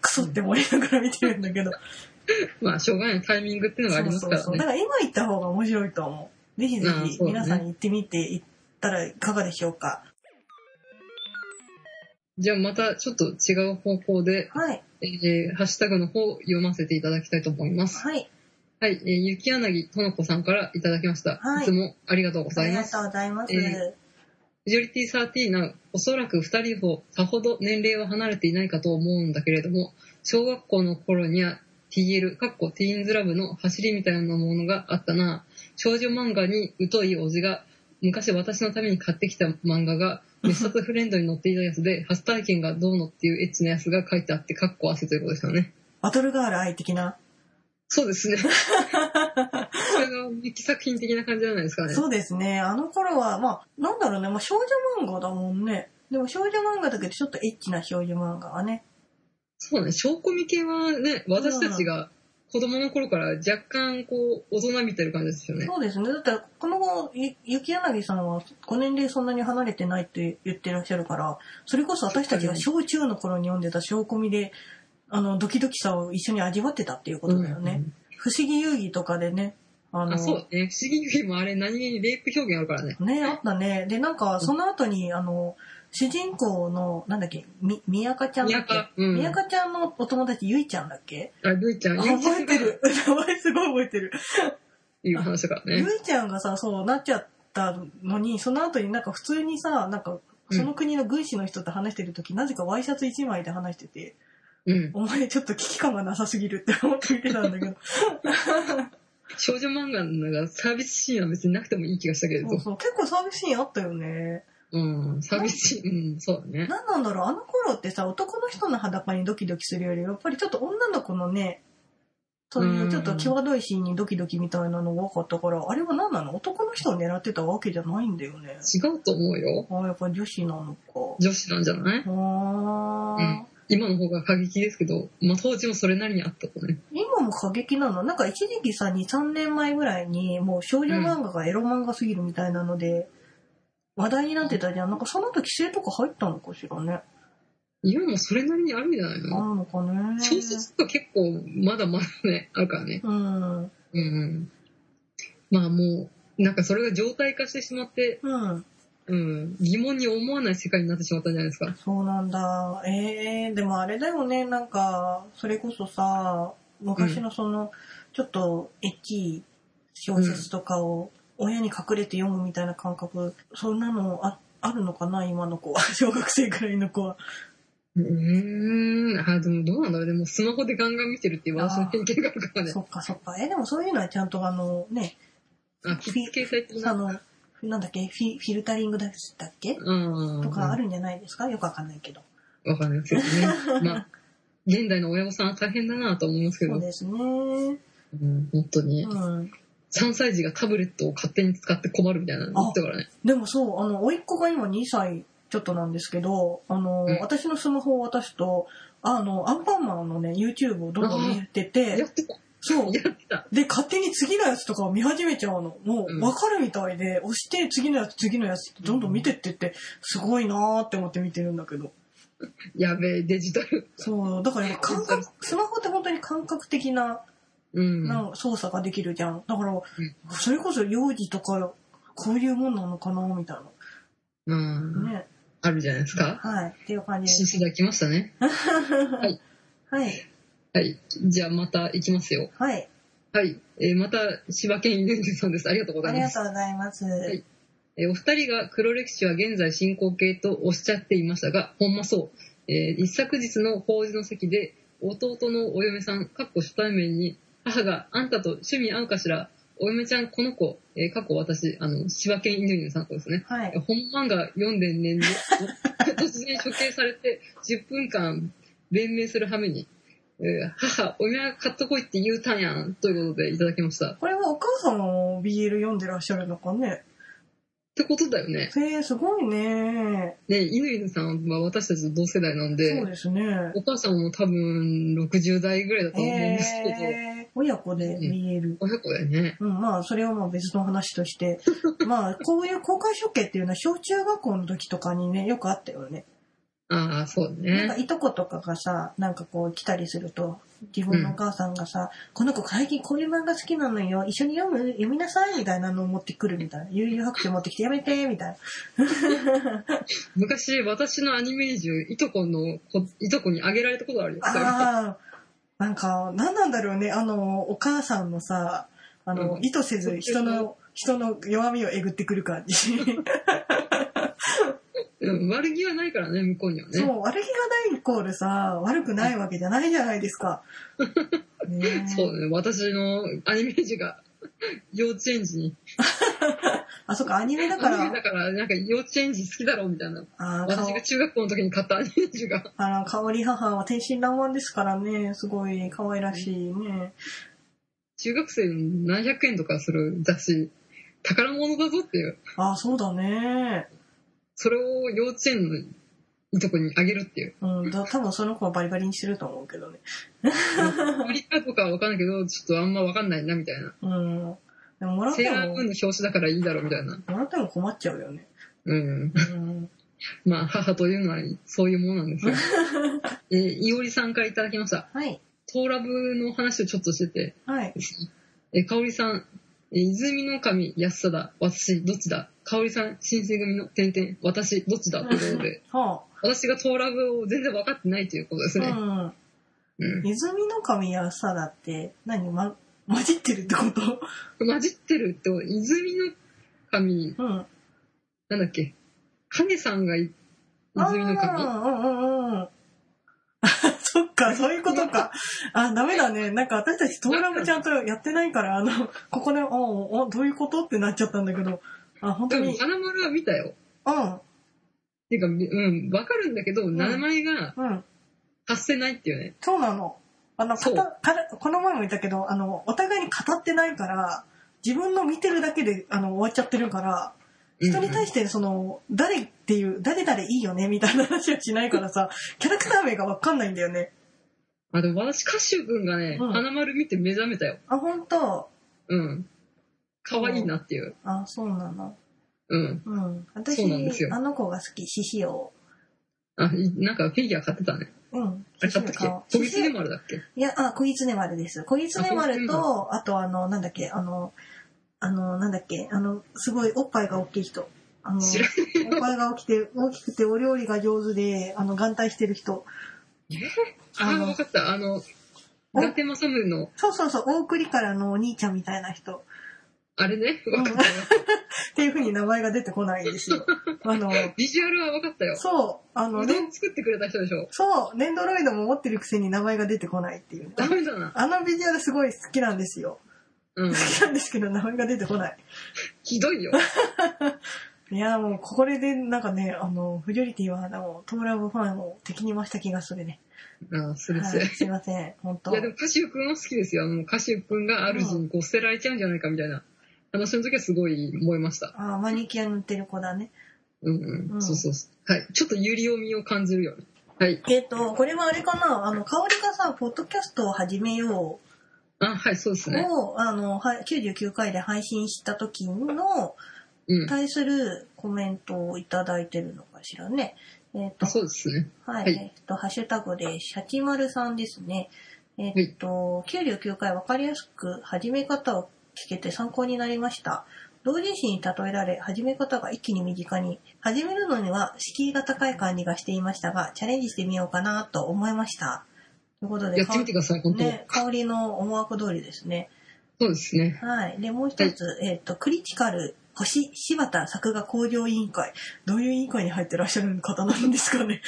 B: クソって思いながら見てるんだけど。
A: まあ、しょうがないタイミングっていうのがありますか
B: そう
A: ら
B: そうそう。だ
A: ね。
B: から今行った方が面白いと思う。ぜひぜ
A: あー
B: ひ
A: そうだね
B: 皆さん行ってみて、行ったらいかがでしょうか。
A: じゃあまたちょっと違う方向で、
B: はい。
A: えーハッシュタグの方を読ませていただきたいと思います。
B: はい。
A: はい。えー、ゆきやなぎとのこさんからいただきました。
B: はい
A: いつもありがとうご
B: あ
A: ざい
B: り
A: ま
B: が
A: す
B: と。うございます。
A: えフジョリティサーティーナ、おそらく二人ほさほど年齢は離れていないかと思うんだけれども、小学校の頃には TL、かっこティーンズラブの走りみたいなものがあったな。少女漫画に疎いおじが、昔私のために買ってきた漫画が、密冊フレンドに載っていたやつで、初体験がどうのっていうエッチなやつが書いてあって、かっこ汗ということですよね。
B: バトルガール愛的な。
A: そうですね。それが、ミキ作品的な感じじゃないですかね。
B: そうですね。あの頃は、まあ、なんだろうね、まあ、少女漫画だもんね。でも少女漫画だけどちょっとエッチな少女漫画はね。
A: そうね、小コミ系はね、私たちが子供の頃から若干こう、大人びてる感じですよね。
B: そうですね。だって、この後、ゆ雪柳さんは5年齢そんなに離れてないって言ってらっしゃるから、それこそ私たちが小中の頃に読んでた小コミで、あの、ドキドキさを一緒に味わってたっていうことだよね。
A: うん
B: 不思議遊戯とかでね、あ
A: うん
B: の、
A: あ、そうね。不思議ゲームあれ何気にレイプ表現あるからね。
B: ね、あったね。で、なんか、その後に、あの、主人公の、なんだっけ、み、宮香ちゃんだ
A: 宮
B: っけ
A: か、うん。
B: 宮香ちゃんのお友達、ゆいちゃんだっけ
A: あ、ルイちゃん。
B: あ覚えてる。名前すごい覚えてる。
A: いう話だからね。
B: ゆいちゃんがさ、そうなっちゃったのに、その後になんか普通にさ、なんか、その国の軍師の人と話してる時、なぜかワイシャツ1枚で話してて、
A: うん。
B: お前ちょっと危機感がなさすぎるって思って見てたんだ
A: [laughs]
B: けど、
A: 少女漫画のなんかサービスシーンは別になくてもいい気がしたけれど
B: そう。そう結構サービスシーンあったよね。
A: うん。サービスシーン、うん、そうだね。
B: 何なんだろう、あの頃ってさ、男の人の裸にドキドキするより、やっぱりちょっと女の子のね、そういうちょっと際どいシーンにドキドキみたいなのが多かったから、あれは何なの男の人を狙ってたわけじゃないんだよね。
A: 違うと思うよ。
B: ああ、やっぱ女子なのか。
A: 女子なんじゃない
B: ああ。
A: うん今の方が過激ですけど、まあ当時もそれなりにあったとね。
B: 今も過激なのなんか一時期さ23年前ぐらいにもう少女漫画がエロ漫画すぎるみたいなので、話題になってたじゃんなんかその後規制とか入ったのかしらね
A: 今もそれなりにあるんじゃない
B: あ
A: の
B: んのかね
A: 小説とか結構まだまだね、あるからね。
B: うん
A: うんうん。まあもう、なんかそれが常態化してしまって、
B: うん
A: うん、疑問に思わない世界になってしまったんじゃないですか。
B: そうなんだえー、でもあれだよねなんかそれこそさ昔のその、ちょっとエッチい小説とかを親に隠れて読むみたいな感覚そんなのああるのかな今の子は小学生ぐらいの子は
A: うーん、あ、でもどうなんだろう。でもスマホでガンガン見てるっていう私の偏見があるからね
B: そ。っかそっか。え、でもそういうのはちゃんとあのね、
A: あ、キッズ掲載的な。
B: あの、なんだっけ、フィフィルタリングだったっけ
A: うん。
B: とかあるんじゃないですかよくわかんないけど。
A: わかんないですけどね。まあ、現代の親御さんは大変だなと思いますけ
B: そ
A: ど、
B: うですね。うん。
A: うん、本当に。3歳児がタブレットを勝手に使って困るみたいなの言ってたからね。
B: でもそう、あの、甥っ子が今2歳ちょっとなんですけど、あの、
A: うん
B: 私のスマホを渡すと、あの、アンパンマンのね、YouTube をどんどん見て
A: や
B: て、
A: ってた。
B: そう。
A: やってた。
B: で、勝手に次のやつとかを見始めちゃうの。も
A: うん
B: う、わかるみたいで、押して、次のやつ、次のやつってどんどん見てってって、すごいなーって思って見てるんだけど。
A: やべえ、デジタル。
B: そう、だからね感覚、スマホって本当に感覚的な
A: うん。
B: なんか操作ができるじゃん。だから、
A: ん
B: それこそ幼児とか、こういうもんなのかな、みたい
A: うん
B: な。。ね。
A: あるじゃないですか。
B: はい。っていう感じ
A: 新
B: です。
A: 世代来ましたね。い
B: はい。
A: はい。じゃあまた行きますよ。
B: はい。
A: はい。えーまた、柴犬犬ンさんです。ありがとうござ
B: あ
A: い
B: り
A: ま
B: が
A: す。
B: とうございます。
A: いえーお二人が黒歴史は現在進行形とおっしゃっていましたが、ほんまそう。えー一昨日の法事の席で、弟のお嫁さん、かっこ初対面に、母があんたと趣味合うかしら、お嫁ちゃんこの子、えー、かっこ私、あの、柴犬犬ンさんとですね。
B: はい。
A: 本漫画読んでんねんね突然処刑されて10分間弁明するはめに、えー母、お前は買っとこいって言うたんやんということでいただきました。っ
B: これはお母さんも BL 読んでらっしゃるのかね。
A: てことだよね。
B: へえ、すごいね。
A: ね、犬犬さんは私たちと同世代なん
B: そう
A: で、
B: ですね。
A: お母さんも多分60代ぐらいだと思うん
B: へ
A: ですけど、
B: え。親子で BL。
A: 親子だよね。
B: うん、まあ、それはまあ別の話として。 [laughs] まあ、こういう公開処刑っていうのは小中学校の時とかにね、よくあったよね。
A: ああ、そう
B: なんか
A: ね。
B: いとことかがさなんかこう来たりすると自分のお母さんがさ、この子最近こういう漫画好きなのよ一緒に読む読みなさい」みたいなのを持ってくるみたいな「悠々白書持ってきてやめて」みたいな
A: 昔、私のアニメージュ、いとこの子、いとこにあげられたことあるよ。
B: ああなんか何なんだろうねあのお母さんのさあの、
A: うん
B: 意図せず人の人の弱みをえぐってくる感じ
A: うん、悪気はないからね、向こうにはね。
B: そう悪気がないイコールさ悪くないわけじゃないじゃないで
A: [laughs]
B: すか、ねえ
A: そうね、私のアニメージが [laughs] 幼稚園児に。
B: あそっかアニメだか
A: アニメだ
B: ら
A: から、なんか幼稚園児好きだろみたいな。
B: あー
A: 私が中学校の時に買ったアニメージが。
B: あら、香り母は天真爛漫ですからね、すごい可愛らしいね。
A: 中学生の何百円とかする雑誌、宝物だぞっていう。
B: あ、そうだね。
A: それを幼稚園のいとこにあげるって
B: [laughs]
A: いう。
B: うん、だ多分その子はバリバリにしてると思うけどね。
A: アリかとかはわかんないけど、ちょっとあんまわかんないな、みたいな。
B: うん。でももらっ
A: セ
B: て
A: ーラーム
B: も
A: ーン、の表紙だからいいだろう、みたいな。
B: もらっても困っちゃうよね。
A: うん。
B: うん。
A: まあ、母というのはそういうものなんです
B: [laughs]
A: よ。えーいおりさんからいただきました。
B: はい。
A: トーラブの話をちょっとしてて、
B: はい。
A: えー、かおりさん、えー泉の神、安さだ、私、どっちだ、かおりさん、新選組の点々、私、どっちだということ
B: [laughs]
A: で、
B: は
A: 私がトーラブを全然分かってないということです
B: あ。
A: ね。
B: うん。泉の神やさだって、何ま、混じってるってこと [laughs]
A: うん。混じってるってこと、泉の神、
B: うん。
A: なんだっけ、影さんがい泉の神。
B: あーうんうんうん。 [laughs] そっか、そういうことか。あ、ダメだね。なんか私たちトーラムちゃんとやってないから、あの、ここで、おおおどういうことってなっちゃったんだけど。あ、本
A: で
B: 当
A: も
B: に。
A: 花丸は見たよ。
B: うん、
A: っていうか、うん、分かるんだけど、名前が
B: うん。
A: 発せないっていうね。
B: そうなの。あの、か
A: そう
B: たからこの前も言ったけど、あの、お互いに語ってないから、自分の見てるだけで、あの、終わっちゃってるから、人に対して、その、誰っていう、誰々いいよね、みたいな話をしないからさ、キャラクター名がわかんないんだよね。
A: あ、でも私、カッシュ君がね、
B: うん
A: 花丸見て目覚めたよ。
B: あ、本当
A: うん。可愛いなっていう。
B: あ、そうなの。
A: うん。
B: うん。
A: そうなんです
B: 私、
A: よ
B: あの子が好き、シシオ。
A: あ、いなんかフィギュア買ってたね。
B: うん。
A: あれ買ったっけ
B: 可
A: 小
B: 愛い
A: 光でもあるだっけ
B: いや、あ、小狐丸です。小狐丸
A: あ小
B: と、あとあの、なんだっけ、あの、あの、なんだっけ、あの、すごいおっぱいが大きい人。あの、
A: 知ら
B: おっぱいが大きくて、大きくてお料理が上手で、あの、眼帯してる人。
A: あ
B: あ
A: あ、
B: の
A: わかった。あの、伊達政宗の、
B: そうそうそう、大栗からのお兄ちゃんみたいな人。
A: あれね、
B: ん
A: わかったよ。
B: っていうふうに名前が出てこないんです
A: [laughs]
B: よ。あの、
A: ビジュアルはわかったよ。
B: そう、あの、
A: う
B: ね
A: どん作ってくれた人でしょ。
B: そう、ネンドロイドも持ってるくせに名前が出てこないっていう。
A: ダメだな。
B: あのビジュアルすごい好きなんですよ。
A: うん
B: 好。きなんですけど、名前が出てこない。
A: ひどいよ。
B: いや、もう、これで、なんかね、あの、フジョリティは、あの、トムラブファンを敵に回した気がするね。
A: ああ、それ
B: は
A: す
B: い、すいません、本当
A: いや、でも、カシュ君は好きですよ。もう、カシュ君が主にこう捨てられちゃうんじゃないかみたいな話の時はすごい思いました。
B: あーマニキュア塗ってる子だね。
A: うんう。
B: うんん
A: そうそうそう。はい。ちょっとユリオミを感じるよね。はい。
B: えっ、と、これはあれかな、あの、香りがさ、ポッドキャストを始めよ
A: あ、はい、そうです
B: う
A: ね。
B: を、あの、は99回で配信した時の、
A: うん。
B: 対するコメントをいただいてるのかしらね。えっ、
A: あ
B: と、
A: そうですね。
B: はい、
A: はい
B: えっと、ハッシュタグで、シャチマルさんですね。えっと、99回分かりやすく始め方を聞けて参考になりました。同人誌に例えられ、始め方が一気に身近に。始めるのには敷居が高い感じがしていましたが、チャレンジしてみようかなと思いました。ということで、
A: やってみてください、本当。
B: ね、香りの思惑通りですね。
A: そうですね。
B: はい。で、もう一つ、えっ、と、クリティカル、星、柴田作画工業委員会。どういう委員会に入ってらっしゃる方なんですかね。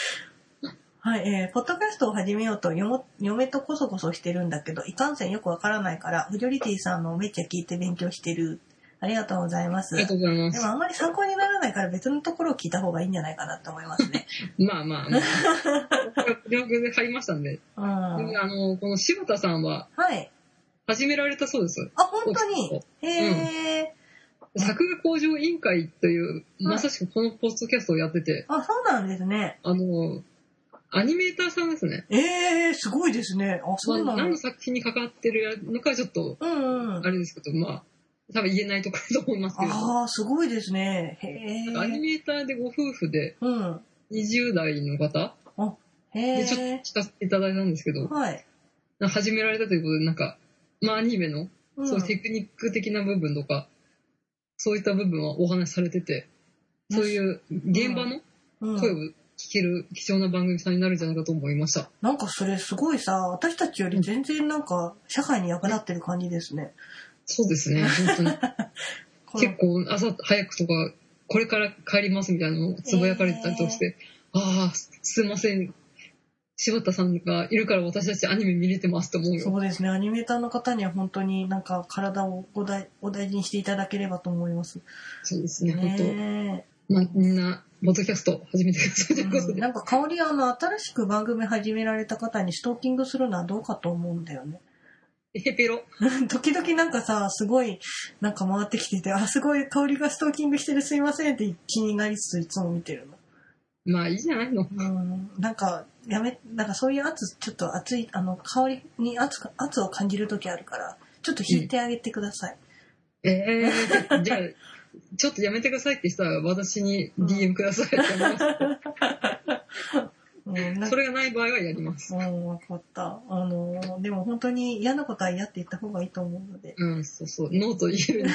B: [laughs] はい、えー、ポッドキャストを始めようと、よも嫁とこそこそしてるんだけど、いかんせんよくわからないから、フジョリティさんのをめっちゃ聞いて勉強してる。ありがとうございます。
A: ありがと
B: で
A: うございま
B: も
A: す。
B: あんまり参考にならないから別のところを聞いた方がいいんじゃないかなと思いますね。
A: まあまあまあ。両軍で買いましたんで。
B: うん。
A: で
B: は。
A: あの、この柴田さんはい始められたそうです。
B: あ、本当にへえ、
A: 作画工場委員会という、
B: ん
A: まさしくこのポッドキャストをやってて、
B: あ、そうなんですね。
A: あの、アニメーターさんですね。
B: ええすごいですね。あ、そう
A: ま
B: な
A: あ
B: んだ
A: 何の作品に関わってるのかちょっと、
B: うんうん
A: あ。れですけど、まあ、多分言えないところだと思いますけれど。
B: ああ、すごいですね。へ
A: アニ
B: え。
A: メーターでご夫婦で
B: うん。
A: 20代の方
B: へ
A: でちょっと
B: え。
A: 聞かせていただいたんですけど、
B: はい。
A: 始められたということで、なんか、まあアニメの
B: うん
A: そうテクニック的な部分とか、そういった部分はお話しされてて、そういう現場の
B: うん
A: 声を聞ける貴重な番組さんになるんじゃないかと思いました。
B: なんかそれすごいさ、私たちより全然なんか社会に役立ってる感じですね。
A: そうですね、本当に。
B: こ
A: [laughs]
B: の
A: 結構朝早くとか、これから帰りますみたいなのをつぶやかれてたりとかして、ああ、すいません。柴田さんがいるから私たちアニメ見れてますと思うよ。
B: そうですね。アニメーターの方には本当になんか体をお大お大事にしていただければと思います。
A: そうですね、本
B: ね
A: 当。まあ、みんな、ポッドキャスト始めてくださいと
B: え
A: いうこと
B: うん
A: で。
B: なんか香りあの新しく番組始められた方にストーキングするのはどうかと思うんだよね。
A: ヘペロ。
B: [laughs] 時々なんかさ、すごい、なんか回ってきてて、あ、すごい香りがストーキングしてるすいませんって気になりつついつも見てるの。
A: まあいいじゃないの。
B: うん、なんか、やめ、なんかそういう圧、ちょっと熱い、あの、香りに圧か、圧を感じる時あるから、ちょっと引いてあげてください。
A: ええー、じゃあ、ちょっとやめてくださいって人は私に DM くださいって思います。
B: うん、 [laughs] なん
A: そ
B: か、
A: れがない場合はやります。
B: うん、わかった。あのー、でも本当に嫌なことは嫌って言った方がいいと思うので、
A: うん、そうそう、ノーと言える。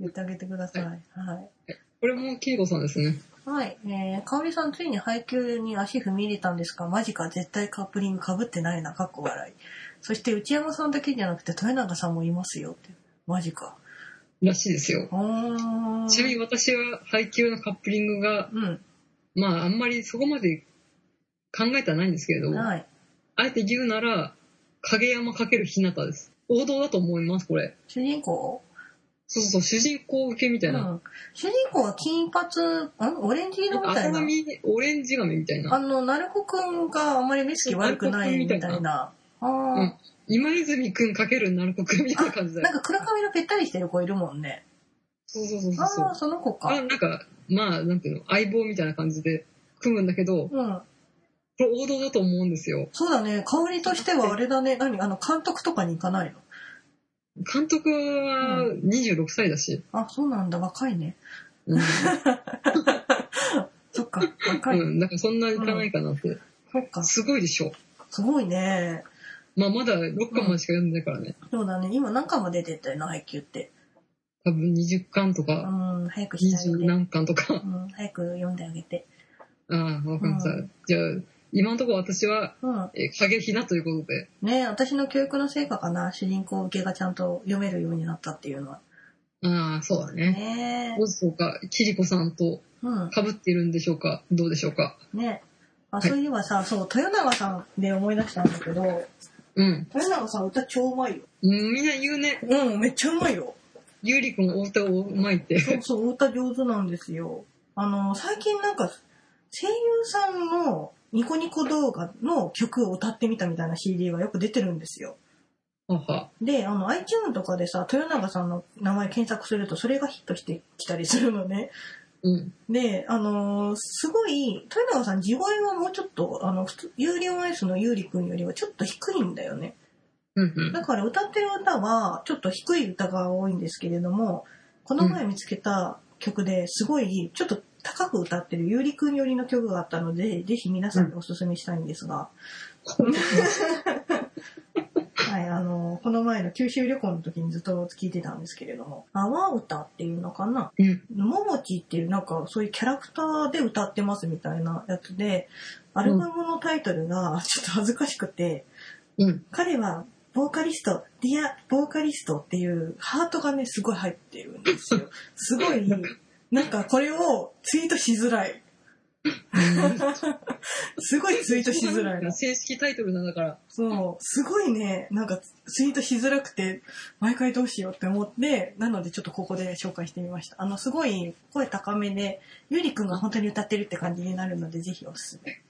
B: 言ってあげてください。はい。
A: これも慶吾さんですね。
B: はい。えー、かおりさん、ついに配給に足踏み入れたんですが、マジか、絶対カップリング被ってないな、かっこ笑い。そして、内山さんだけじゃなくて、豊永さんもいますよって。マジか。
A: らしいですよ。
B: あー。
A: ちなみに私は配給のカップリングが、
B: う
A: まああんまりそこまで考えてはないんですけれど
B: ん。
A: も、あ
B: はい。
A: えて言うなら、影山かける日向です。王道だと思います、これ。
B: 主人公
A: そうそうそう、主人公受けみた
B: う
A: いな。
B: ん。主人公は金髪、んオレンジ色みたい
A: 赤
B: な。
A: 髪、オレンジ髪みたい
B: あ
A: な。
B: の、なるこくんがあんまり目つき悪くないみたい
A: なるこくんみ
B: な。あ
A: う
B: ー
A: ん今泉くんかける鳴子くんみたいな感じだ
B: なん
A: よ。
B: か黒髪のぺったりしてる子いるもんね。
A: そうそうそう
B: あ
A: そう
B: あ、。その子
A: あ
B: か。
A: なんか、まあ、なんていうの、相棒みたいな感じで組むんだけど、こ
B: うん。
A: れ王道だと思うんですよ。
B: そうだね。香りとしてはあれだね。何あの、監督とかに行かないの
A: 監督は26歳だし。
B: あ、そうなんだ。若いね。
A: うん。
B: そっか。若い。
A: うんなんかそんなにいかないかなって。
B: そっか。
A: すごいでしょ。
B: すごいね。
A: まあ、まだ6巻までしか読んでないからね。
B: そうだね。今何巻まで出てるの配給って。
A: 多分20巻と
B: う
A: か、
B: ん。早くして
A: 20
B: あげて。
A: 何巻とか [laughs]
B: う。ん。早く読んであげて。
A: ああ、わかりました
B: う。
A: じゃあ、今のところ私は、
B: うん。
A: えー、影ひなということで。
B: ねえ、私の教育の成果かな、主人公受けがちゃんと読めるようになったっていうのは。
A: ああ、そうだね。
B: ねえ
A: オ。ズとか、キリコさんと
B: うん。
A: 被っているんでしょうかどうでしょうか
B: ねえ。あ、
A: はい
B: そういえばさ、そう、豊永さんで思い出したんだけど、
A: うん。
B: 豊永さん歌超うまいよ。
A: うんみんな言うね。
B: うん、めっちゃうまいよ。
A: ゆうりくんお歌うまいって。
B: そうそう、お歌上手なんですよ。あの、最近なんか、声優さんのニコニコ動画の曲を歌ってみたみたいな CD がよく出てるんですよ。
A: はは。
B: で、あの、iTune とかでさ、豊永さんの名前検索すると、それがヒットしてきたりするのね。
A: うん。
B: で、あのーすごい、豊永さん、地声はもうちょっと、あの、普通、有料アイスのゆうりくんよりはちょっと低いんだよね。
A: うんうん。
B: だから歌ってる歌は、ちょっと低い歌が多いんですけれども、この前見つけた曲ですごい、ちょっと高く歌ってるゆうりくんよりの曲があったので、ぜひ皆さんにおすすめしたいんですが、はい、あのーこの前の九州旅行の時にずっと聴いてたんですけれども、阿波歌っていうのかな
A: うん。
B: ももちっていうなんかそういうキャラクターで歌ってますみたいなやつで、アルバムのタイトルがちょっと恥ずかしくて、
A: うん。
B: 彼はボーカリスト、ディア・ボーカリストっていうハートがね、すごい入ってるんですよ。すごい、なんかこれをツイートしづらい。 [laughs] すごいツイートしづらいな。
A: 正式タイトルなんだから。
B: そう、すごいね、なんかツイートしづらくて、毎回どうしようって思って、なのでちょっとここで紹介してみました。あの、すごい声高めで、ゆりくんが本当に歌ってるって感じになるので、ぜひおすすめ。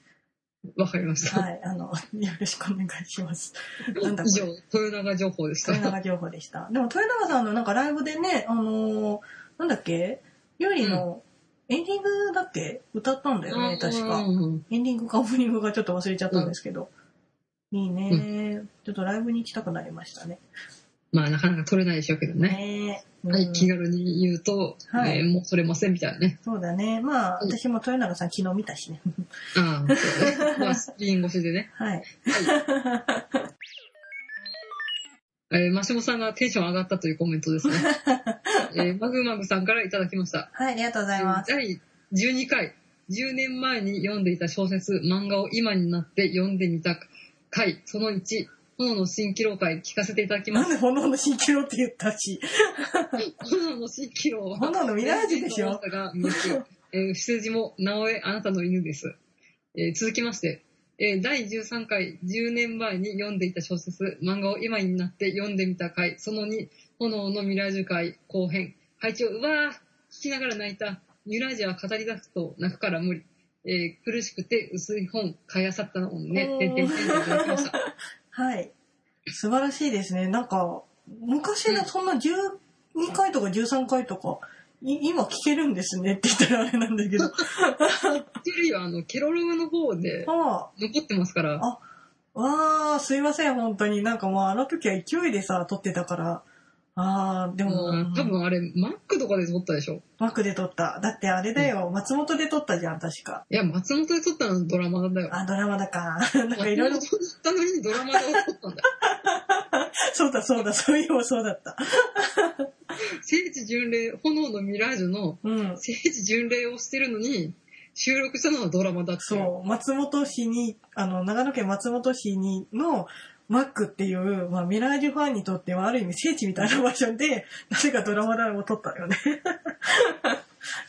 A: わかりました。
B: はい、あの、よろしくお願いします。なんだこ
A: 以上
B: れ、、
A: 豊永情報でした。
B: 豊永情報でした。 [laughs] でも豊永さんのなんかライブでね、あのーなんだっけゆりのエンディングだっけ歌ったんだよね、確か。
A: うんうん
B: エンディングかオープニングがちょっと忘れちゃったんですけど。いいね、ちょっとライブに行きたくなりましたね。
A: まあ、なかなか取れないでしょうけどね。
B: ねえ、
A: は
B: う
A: い、
B: ん
A: 気軽に言うと、
B: はい
A: えーもう取れませんみたいなね。
B: そうだね。まあ、
A: うん
B: 私も豊永さん昨日見たしね。
A: ああ、そうね。
B: [laughs]
A: まあ、スクリーン越しでね。
B: はい。
A: えー、マシモさんがテンション上がったというコメントです
B: [laughs]
A: ね。えー、マグマグさんからいただきました。
B: はい、ありがとうございます。
A: 第12回、10年前に読んでいた小説、漫画を今になって読んでみた回、その1、炎の蜃気楼会聞かせていただきま
B: なん
A: す。
B: で炎の蜃気楼って言ったし。
A: [laughs] 炎の蜃気楼は、
B: 炎のミラージュでしょ。
A: が見え
B: [laughs]
A: てえー、羊も、直江、あなたの犬です。えー続きまして、えー第13回、10年前に読んでいた小説、漫画を今になって読んでみた回、その2、炎のミラージュ会後編、配置を、うわー、聞きながら泣いた、ミラージュは語り出すと泣くから無理。えー苦しくて薄い本買いあさったのもね、
B: おー
A: てんてんてんていただきま
B: [laughs]
A: した。
B: はい。素晴らしいですね。なんか、昔のそんな12回とか13回とかい今聞けるんですねって [laughs] 言ったらあれなんだけ
A: [laughs]
B: ど。
A: てるよ、あの、ケロログの方で
B: あ
A: 残ってますから
B: あ。あ、わあ、すいません、本当に。なんかもうあの時は勢いでさ、撮ってたから。ああ、でも、
A: うん多分あれ、マックとかで撮ったでしょ
B: マックで撮った。だってあれだよ、松本で撮ったじゃん、確か。
A: いや、松本で撮ったのドラマだよ。
B: あ、ドラマ
A: [laughs]
B: だか。なんかいろいろ
A: 松本で、撮ったのにドラマで撮ったんだよ。
B: そうだそうだ、そういえばそうだった。
A: 聖地巡礼、炎のミラージュの
B: うん。
A: 聖地巡礼をしてるのに、収録したのはドラマだっていう。
B: そう、松本市に、あの、長野県松本市にの、マックっていう、まあ、ミラージュファンにとってはある意味聖地みたいな場所で、 [laughs] なぜかドラマだを撮ったよね。 [laughs]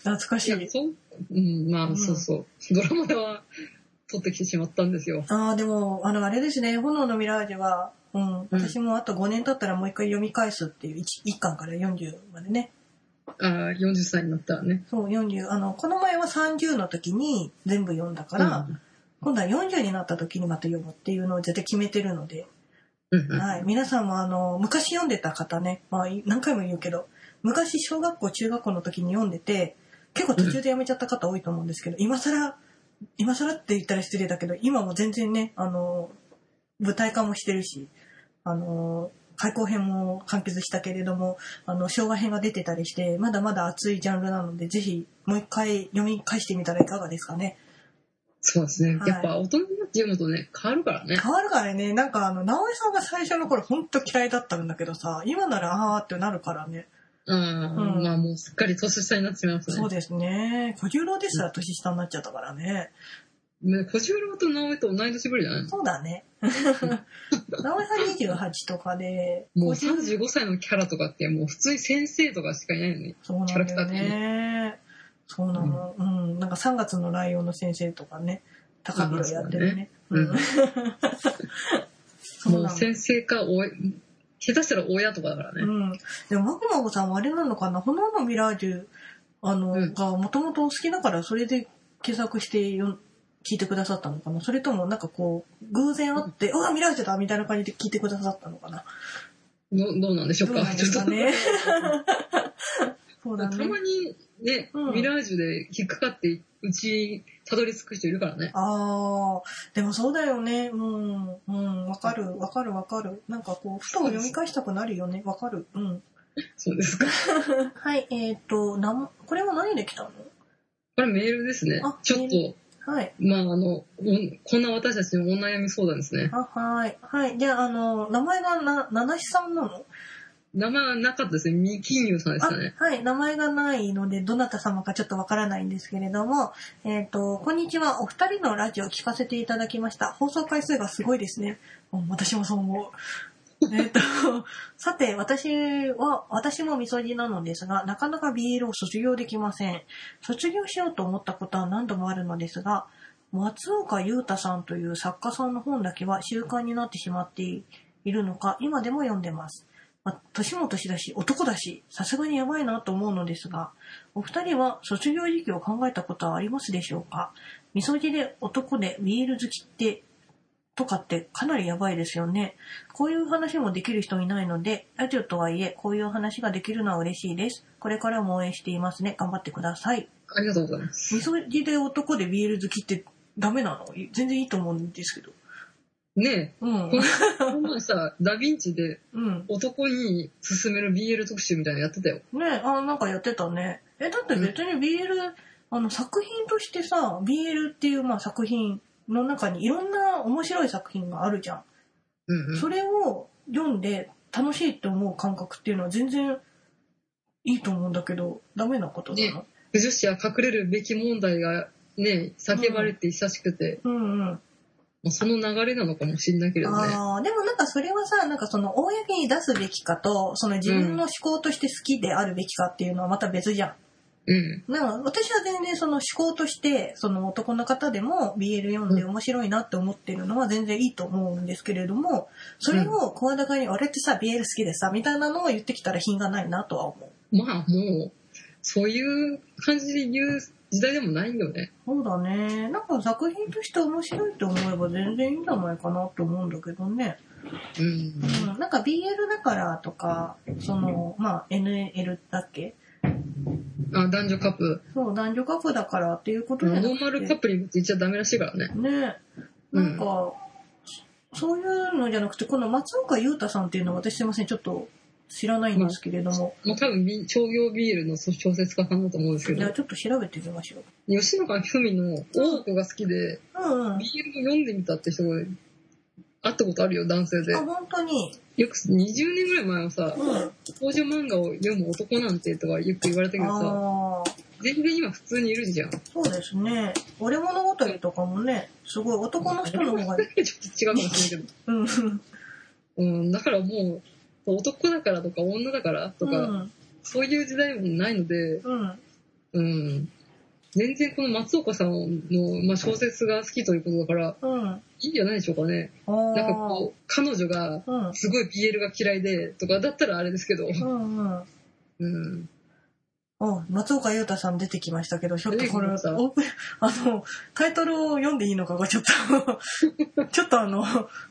B: 懐かし
A: いや
B: い。
A: そう、うん、まあ、
B: うん
A: そうそう。ドラマでは撮ってきてしまったんですよ。
B: ああ、でも、あの、あれですね、炎のミラージュは、うん、私もあと5年経ったらもう一回読み返すっていう、1, 巻から40までね。
A: ああ、40歳になったらね。
B: そう、40、あの、この前は30の時に全部読んだから、今度は40になった時にまた読むっていうのを絶対決めてるので、
A: うん、 [laughs] うんうん、
B: はい。皆さんもあの、昔読んでた方ね、まあい何回も言うけど、昔小学校、中学校の時に読んでて、結構途中でやめちゃった方多いと思うんですけど、今更、今更って言ったら失礼だけど、今も全然ね、あの、舞台化もしてるし、あの、開口編も完結したけれども、あの、昭和編が出てたりして、まだまだ熱いジャンルなので、ぜひもう一回読み返してみたらいかがですかね。
A: そうですね。
B: はい
A: やっぱ大人になって読むとね、変わるからね。
B: 変わるからね、なんかあの、直江さんが最初の頃ほんと嫌いだったんだけどさ、今ならあーってなるからね。
A: ああ、
B: うん
A: まあもうすっかり年下になってしまいました
B: そう
A: ね。
B: ですね。小十郎ですら年下になっちゃったからね。
A: ね小十郎と直江と同い年ぶりじゃないの
B: そう
A: [laughs]
B: だね。直江さん28とかで、
A: もう
B: 小十郎
A: 35歳のキャラとかって、もう普通に先生とかしかいないのに。
B: そうなんだよ
A: キャラクタ
B: ね。そうなの。うん、なんか3月のライオンの先生とかね、高黒やってるね。
A: う
B: うんん。
A: [laughs]
B: そ
A: も
B: う
A: う
B: なの。
A: 先生か、おい下手したら親とかだから
B: う
A: ね。
B: ん。でも、マグマゴさんはあれなのかな炎のミラージュ、あの、
A: うん
B: が、もともとお好きだから、それで検索してよ、聞いてくださったのかなそれとも、なんかこう、偶然会って、うわ、ミラージュだみたいな感じで聞いてくださったのかな
A: どどうなんでしょう
B: どう
A: か。
B: なんですかね。 [laughs] そうだ
A: たま
B: ね。
A: にね、
B: うん
A: ミラージュで引っかかって、うちにたどり着く人いるからね。
B: あー、でもそうだよね。うん、うん、わかる、わかる、わかる。なんかこう、ふと読み返したくなるよね。わかる。うん。
A: そうですか。
B: はい、えっ、と、なん、これは何で来たの
A: これメールですね
B: あ。
A: ちょっ
B: メ
A: と、
B: はい。
A: まああの、おんこんな私たちのお悩み相談ですね。
B: あ、はい。はい。じゃあ、あの、名前がな、ななしさんなの
A: 名前はなかったですね。ミキニューさんでし
B: あ
A: たね。、
B: はい。名前がないので、どなた様かちょっとわからないんですけれども、えっ、と、こんにちは。お二人のラジオ聞かせていただきました。放送回数がすごいですね。うん私もそう [laughs] 思う。えっと、さて、私は、私もみそじなのですが、なかなか BL を卒業できません。卒業しようと思ったことは何度もあるのですが、松岡裕太さんという作家さんの本だけは習慣になってしまっているのか、今でも読んでます。まあ年も年だし、男だし、さすがにやばいなと思うのですが、お二人は卒業時期を考えたことはありますでしょうかみそじで男でビール好きって、とかってかなりやばいですよね。こういう話もできる人いないので、ラジオとはいえ、こういう話ができるのは嬉しいです。これからも応援していますね。頑張ってください。
A: ありがとうございます。
B: みそじで男でビール好きってダメなの全然いいと思うんですけど。
A: ね
B: う
A: え、
B: ん
A: こ。のこの前さ、ダヴィンチで
B: うん。
A: 男に勧める BL 特集みたいなのやってたよ。
B: ねえ、あ、なんかやってたね。え、だって別に BL、あの作品としてさ、BL っていうまあ作品の中にいろんな面白い作品があるじゃ
A: う
B: ん。
A: んうん
B: それを読んで楽しいって思う感覚っていうのは全然いいと思うんだけど、ダメなことなの
A: 不女子は隠れるべき問題がね、叫ばれて久しくて、
B: うんうん。
A: まあその流れなのかもしれないけれどね。
B: ああ、でもなんかそれはさ、なんかその公に出すべきかと、その自分の思考として好きであるべきかっていうのはまた別じゃん。
A: うん。
B: なんか私は全然その思考としてその男の方でも BL 読んで面白いなって思ってるのは全然いいと思うんですけれどもそれを声高に「あれってさ BL 好きでさ」みたいなのを言ってきたら品がないなとは思う。
A: まあもう、そういう感じで言う時代でもないよね。
B: そうだね。なんか作品として面白いと思えば全然いいんじゃないかなと思うんだけどね。
A: うん。
B: うん、なんか BL だからとか、その、まあ NL だっけ
A: あ、男女カップル。
B: そう、男女カップだからっていうこと
A: ノ
B: じゃなく
A: ー
B: て。
A: マルカップリングって言っちゃダメらしいからね。
B: ね
A: う
B: なんんか、そそういうのじゃなくて、この松岡裕太さんっていうのは私すいません、ちょっと知らないんですけれども、
A: もう多分ビ、商業ビールの小説家さんだと思うんですけ
B: じゃあ
A: ど、
B: ちょっと調べてみましょう。
A: 吉野明文の多くが好きで、
B: うんうん。
A: ビールを読んでみたって人が会ったことあるよ、男性で
B: あ、。本当に。
A: よく20年ぐらい前はさ、
B: うん。
A: 少女漫画を読む男なんてとかよく言われたけどさ、
B: ああ、
A: 全然今普通にいるじゃん。ちょ
B: そうですね。俺物語とかもね、すごい男の人の方
A: [laughs]
B: が、
A: っと違うかもしれないけど。
B: うん。
A: うん、だからもう、男だからとか女だからとか、
B: うん。
A: そういう時代もないので、
B: うん。
A: うん。全然この松岡さんの、まあ、小説が好きということだから、
B: うん。あ
A: いいんじゃないでしょうかね。
B: あ。
A: なんかこう、彼女が、
B: うん。
A: すごい BL が嫌いで、とかだったらあれですけど。
B: うんうん。
A: うん。
B: あ、松岡裕太さん出てきましたけど、ちょっとこれ、オ
A: 出てきました
B: ープン、あの、タイトルを読んでいいのかがちょっと、 [laughs] ちょっとあの、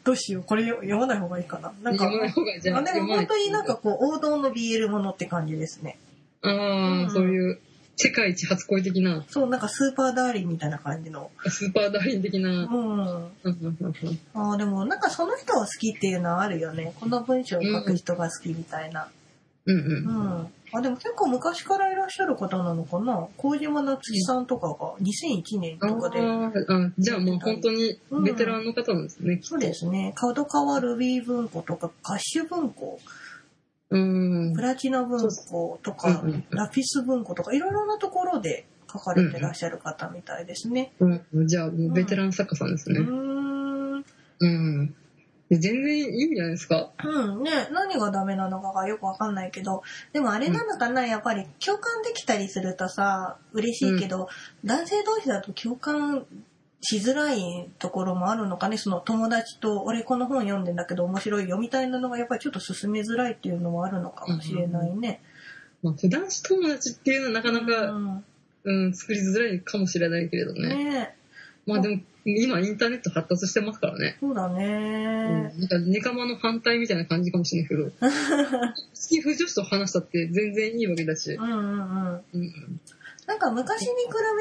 B: どうしよう、これ読まない方がいいかな。なんか、
A: 読まない方がじゃ
B: あ
A: あ、
B: でも本当になんかこう、王道の BL ものって感じですね。
A: ああ、
B: うん
A: そういう、世界一初恋的な、
B: そう、なんかスーパーダーリンみたいな感じの。
A: スーパーダーリン的
B: う
A: な、
B: ん。
A: うんうんうんうん
B: ああ、でもなんかその人を好きっていうのはあるよね。この文章を書く人が好きみたいな。
A: う
B: うん
A: うん。
B: ん。あ、でも結構昔からいらっしゃる方なのかな。麹島夏樹さんとかが2001年
A: あ
B: とかで。
A: ーあ、じゃあもう本当にベテランの方なんですね、きっと
B: そうですね。カドカワルビー文庫とか、カッシュ文庫、
A: うん
B: プ。ラチナ文庫と
A: そう
B: か
A: うんうん、
B: ラピス文庫とか、いろいろなところで書かれてらっしゃる方みたいですね。
A: うんじゃあもうベテラン作家さんです
B: うー
A: ね。
B: ん。
A: うん。で全然いいんじゃないですか
B: うん。ね、何がダメなのかがよくわかんないけど、でもあれなのかな、やっぱり共感できたりするとさ、嬉しいけど、男性同士だと共感しづらいところもあるのかね、その友達と、俺この本読んでんだけど面白いよみたいなのがやっぱりちょっと進めづらいっていうのはあるのかもしれないね。
A: まあ、普段子友達っていうのはなかな
B: う
A: か、
B: ん
A: うん、作りづらいかもしれないけれどね。
B: ね
A: まあでも、今インターネット発達してますからね。
B: そうだね、
A: うん、なんか、ネカマの反対みたいな感じかもしれないけど。スキフ女子と話したって全然いいわけだし
B: う。ん、うんうん
A: うん、
B: なんか昔に比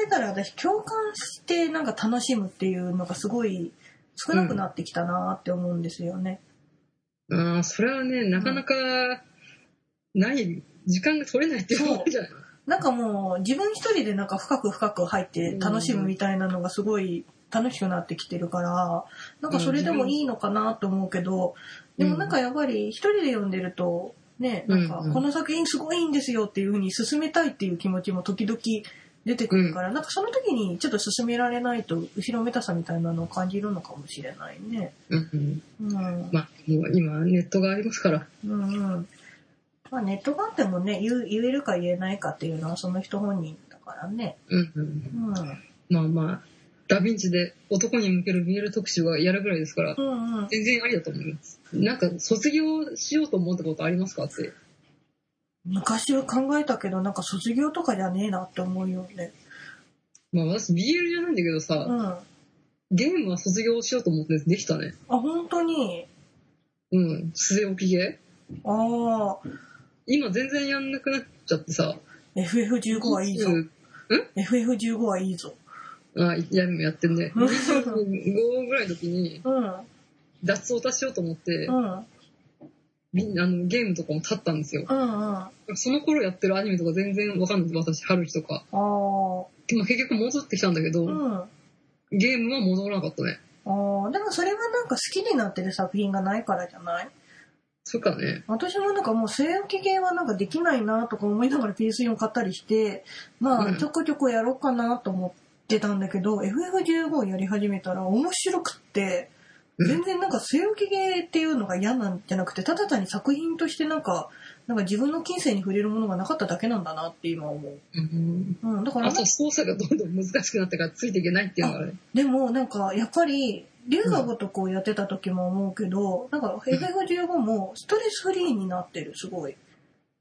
B: べたら私共感してなんか楽しむっていうのがすごい少なくなってきたなって思うんですよね。
A: ああ、それはね、なかなか、ない、時間が取れないっていうのもあるじゃない
B: なんかもう自分一人でなんか深く深く入って楽しむみたいなのがすごい楽しくなってきてるから、なんかそれでもいいのかなと思うけど、
A: うん
B: でもなんかやっぱり一人で読んでると、ね、なんか
A: うんうん
B: この作品すごいいいんですよっていう風に進めたいっていう気持ちも時々出てくるから、なんかその時にちょっと進められないと後ろめたさみたいなのを感じるのかもしれないね。
A: うんうん、
B: うん。
A: まあ、もう今、ネットがありますから。
B: うんうん。まあネットがあってもね、言う言えるか言えないかっていうのはその人本人だからね。
A: うんうん、
B: うん。
A: まあまあ、ダヴィンチで男に向ける BL 特集はやるぐらいですから。
B: うんうん、
A: 全然ありだと思います。なんか、卒業しようと思ったことありますかって。
B: 昔は考えたけどなんか卒業とかじゃねえなって思うよね。
A: まあ、私、BL じゃないんだけどさ、
B: うん。あ
A: ゲームは卒業しようと思ってできたね。
B: 本当に
A: うん、据え置きゲー。
B: ああ
A: 今、全然やんなくなっちゃってさ。
B: FF15 はいいぞ。FF15 はいいぞ。
A: あ、いや、でもやってん
B: [laughs]
A: ね。25ぐらいの時に、
B: うんうん
A: 脱オタしようと思って
B: う、ん
A: みんなあのゲームとかも立ったんですよ。
B: うん。あ
A: その頃やってるアニメとか全然わかんない私、春日とか。
B: あ
A: でも結局戻ってきたんだけど、
B: うん。あ
A: ゲームは戻らなかったね。
B: あでもそれはなんか好きになってる作品がないからじゃない
A: それからね。
B: 私もなんかもう据え置き系はなんかできないなとか思いながら PS4 買ったりして、ま
A: う
B: あ
A: ん
B: ちょこちょこやろうかなと思ってたんだけど、FF15 やり始めたら面白くって、
A: うん
B: 全然なんか据え置き芸っていうのが嫌なんじゃなくて、ただ単に作品としてなんか、なんか自分の近世に触れるものがなかっただけなんだなって今思う。
A: うん
B: うん、だから
A: あと操作がどんどん難しくなったからついていけないっていうのがある。
B: でもなんかやっぱり龍が如くをやってた時も思うけど、なんか FF15 もストレスフリーになってる、すごい。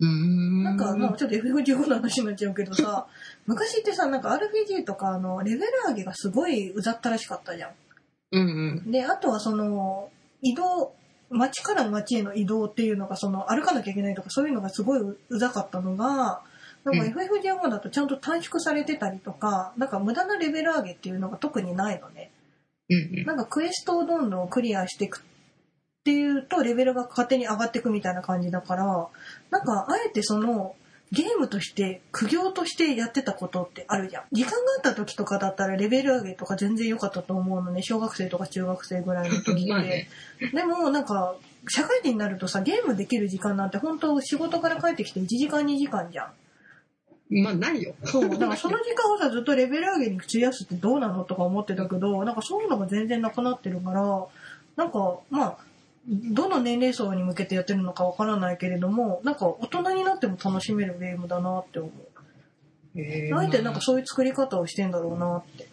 A: うん
B: なんか、もうちょっと FF15 の話になっちゃうけどさ、昔ってさ、なんか RPG とか、あの、レベル上げがすごいうざったらしかったじゃ
A: うんうん。
B: ん。で、あとはその、移動、街から街への移動っていうのが、その、歩かなきゃいけないとか、そういうのがすごいうざかったのが、なん
A: うん
B: か FFGO だとちゃんと短縮されてたりとか、なんか無駄なレベル上げっていうのが特にないのね。
A: うん
B: なんかクエストをどんどんクリアしていくっていうと、レベルが勝手に上がっていくみたいな感じだから、なんかあえてその、ゲームとして、苦行としてやってたことってあるじゃん。時間があった時とかだったらレベル上げとか全然良かったと思うのね。小学生とか中学生ぐらいの時
A: う
B: っ
A: ん。
B: て。
A: [laughs] まあね。
B: でもなんか社会人になるとさゲームできる時間なんて本当仕事から帰ってきて1時間2時間じゃん
A: まあないよ。
B: そうだからその時間をさずっとレベル上げに費やすってどうなのとか思ってたけどなんかそういうのが全然なくなってるからなんかまあどの年齢層に向けてやってるのかわからないけれどもなんか大人になっても楽しめるゲームだなって思う
A: [laughs] え
B: あえてなんかそういう作り方をしてんだろうなって、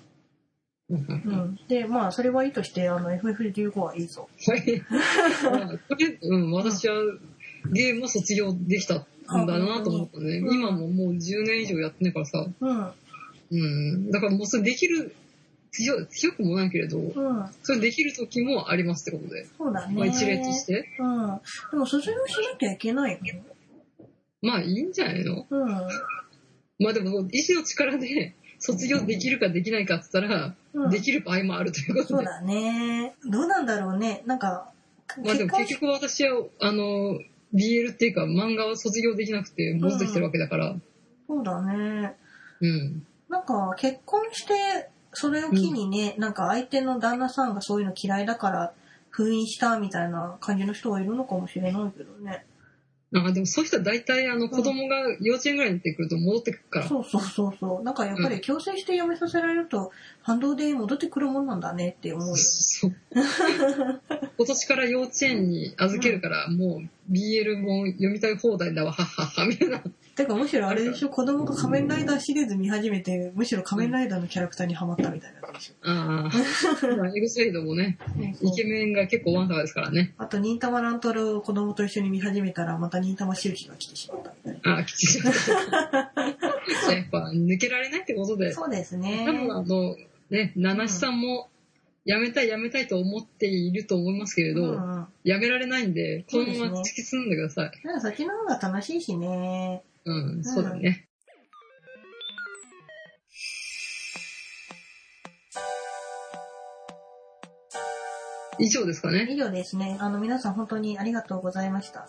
B: う
A: うん。
B: ん、でまあそれはいいとしてあの FF15 はいいぞ
A: それ、まあそれうん、私はゲームは卒業できたんだなと思ったね。
B: うん
A: 今ももう10年以上やってないからさ、
B: うん
A: うん。だからもうそれできる、強強くもないけれど、
B: うん
A: それできる時もありますってことで。
B: そうだね
A: まあ一例として。
B: うん。でも卒業しなきゃいけないよね。
A: まあいいんじゃないの
B: うん。
A: まあでも、意志の力で [laughs] 卒業できるかできないかって言ったら、
B: うん、
A: できる場合もあるということ
B: そう
A: で。
B: だね。どうなんだろうね。なんか、
A: まあでも
B: 婚
A: 結局私は、あの、BL っていうか漫画は卒業できなくて戻ってきてるわけだから、
B: そうだね。
A: うん。
B: なんか、結婚して、それを機にね、なんか相手の旦那さんがそういうの嫌いだから、封印したみたいな感じの人がいるのかもしれないけどね。
A: あでもそういう人は大体あの子供が幼稚園ぐらいになってくると戻ってくるから。
B: そうそうそうそう。なんかやっぱり強制して辞めさせられると、反動で戻ってくるもんなんだねって思
A: [laughs]
B: うよ。
A: そう今年から幼稚園に預けるから、もう BL 本読みたい放題だわ、はっはっは、みたいな。
B: てかむしろあれでしょ、子供が仮面ライダーシリーズ見始めて、むしろ仮面ライダーのキャラクターにハマったみたいな感じでしょ。
A: ああ、エグゼイドもね、イケメンが結構ワンサーですからね。
B: あと、忍たま乱太郎を子供と一緒に見始めたら、また忍たま周期が来てしまったみたい
A: ああ、きちんと。やっぱ抜けられないってことで
B: な。。そうです
A: 多
B: ね。
A: 分あの、ね、七七さんも、やめたいやめたいと思っていると思いますけれ
B: うん
A: ど、
B: うん。
A: やめられないんで、このまま突き進んでください。
B: なんかそっちの方が楽しいしね。
A: うん、そうだね。以上ですかね。
B: 以上ですね。あの、皆さん本当にありがとうございました。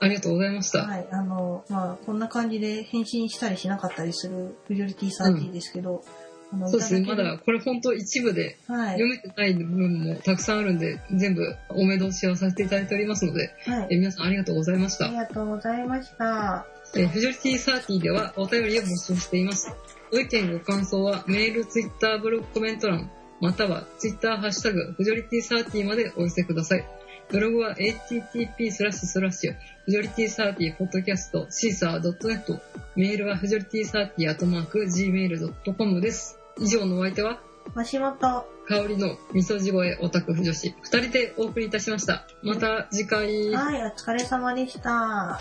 A: ありがとうございました。
B: はい。あの、まあ、こんな感じで返信したりしなかったりする、フリオリティサーティですけど、あの
A: そうですね、
B: いた
A: ま
B: だけ
A: だ
B: る
A: これ本当一部で
B: は
A: 読
B: い。
A: めてない部分もたくさんあるんで、全部お目通しをさせていただいておりますので、
B: は
A: え
B: い。
A: 皆さんありがとうございまし
B: あ
A: た
B: り。がとうございました。
A: えー、フジョリティサーティではお便りを募集しています。ご意見、ご感想はメール、ツイッター、ブログ、コメント欄、またはツイッター、ハッシュタグ、フジョリティサーティまでお寄せください。ブログは http スラッシュスラッシュ、フジョリティサーティポッドキャスト、シーサー .net、メールはフジョリティサーティアトマーク、gmail.com です。以上のお相手は、
B: マシモト。
A: 香りの味噌地声オタク婦女子、二人でお送りいたしました。また次回。
B: はい、お疲れ様でした。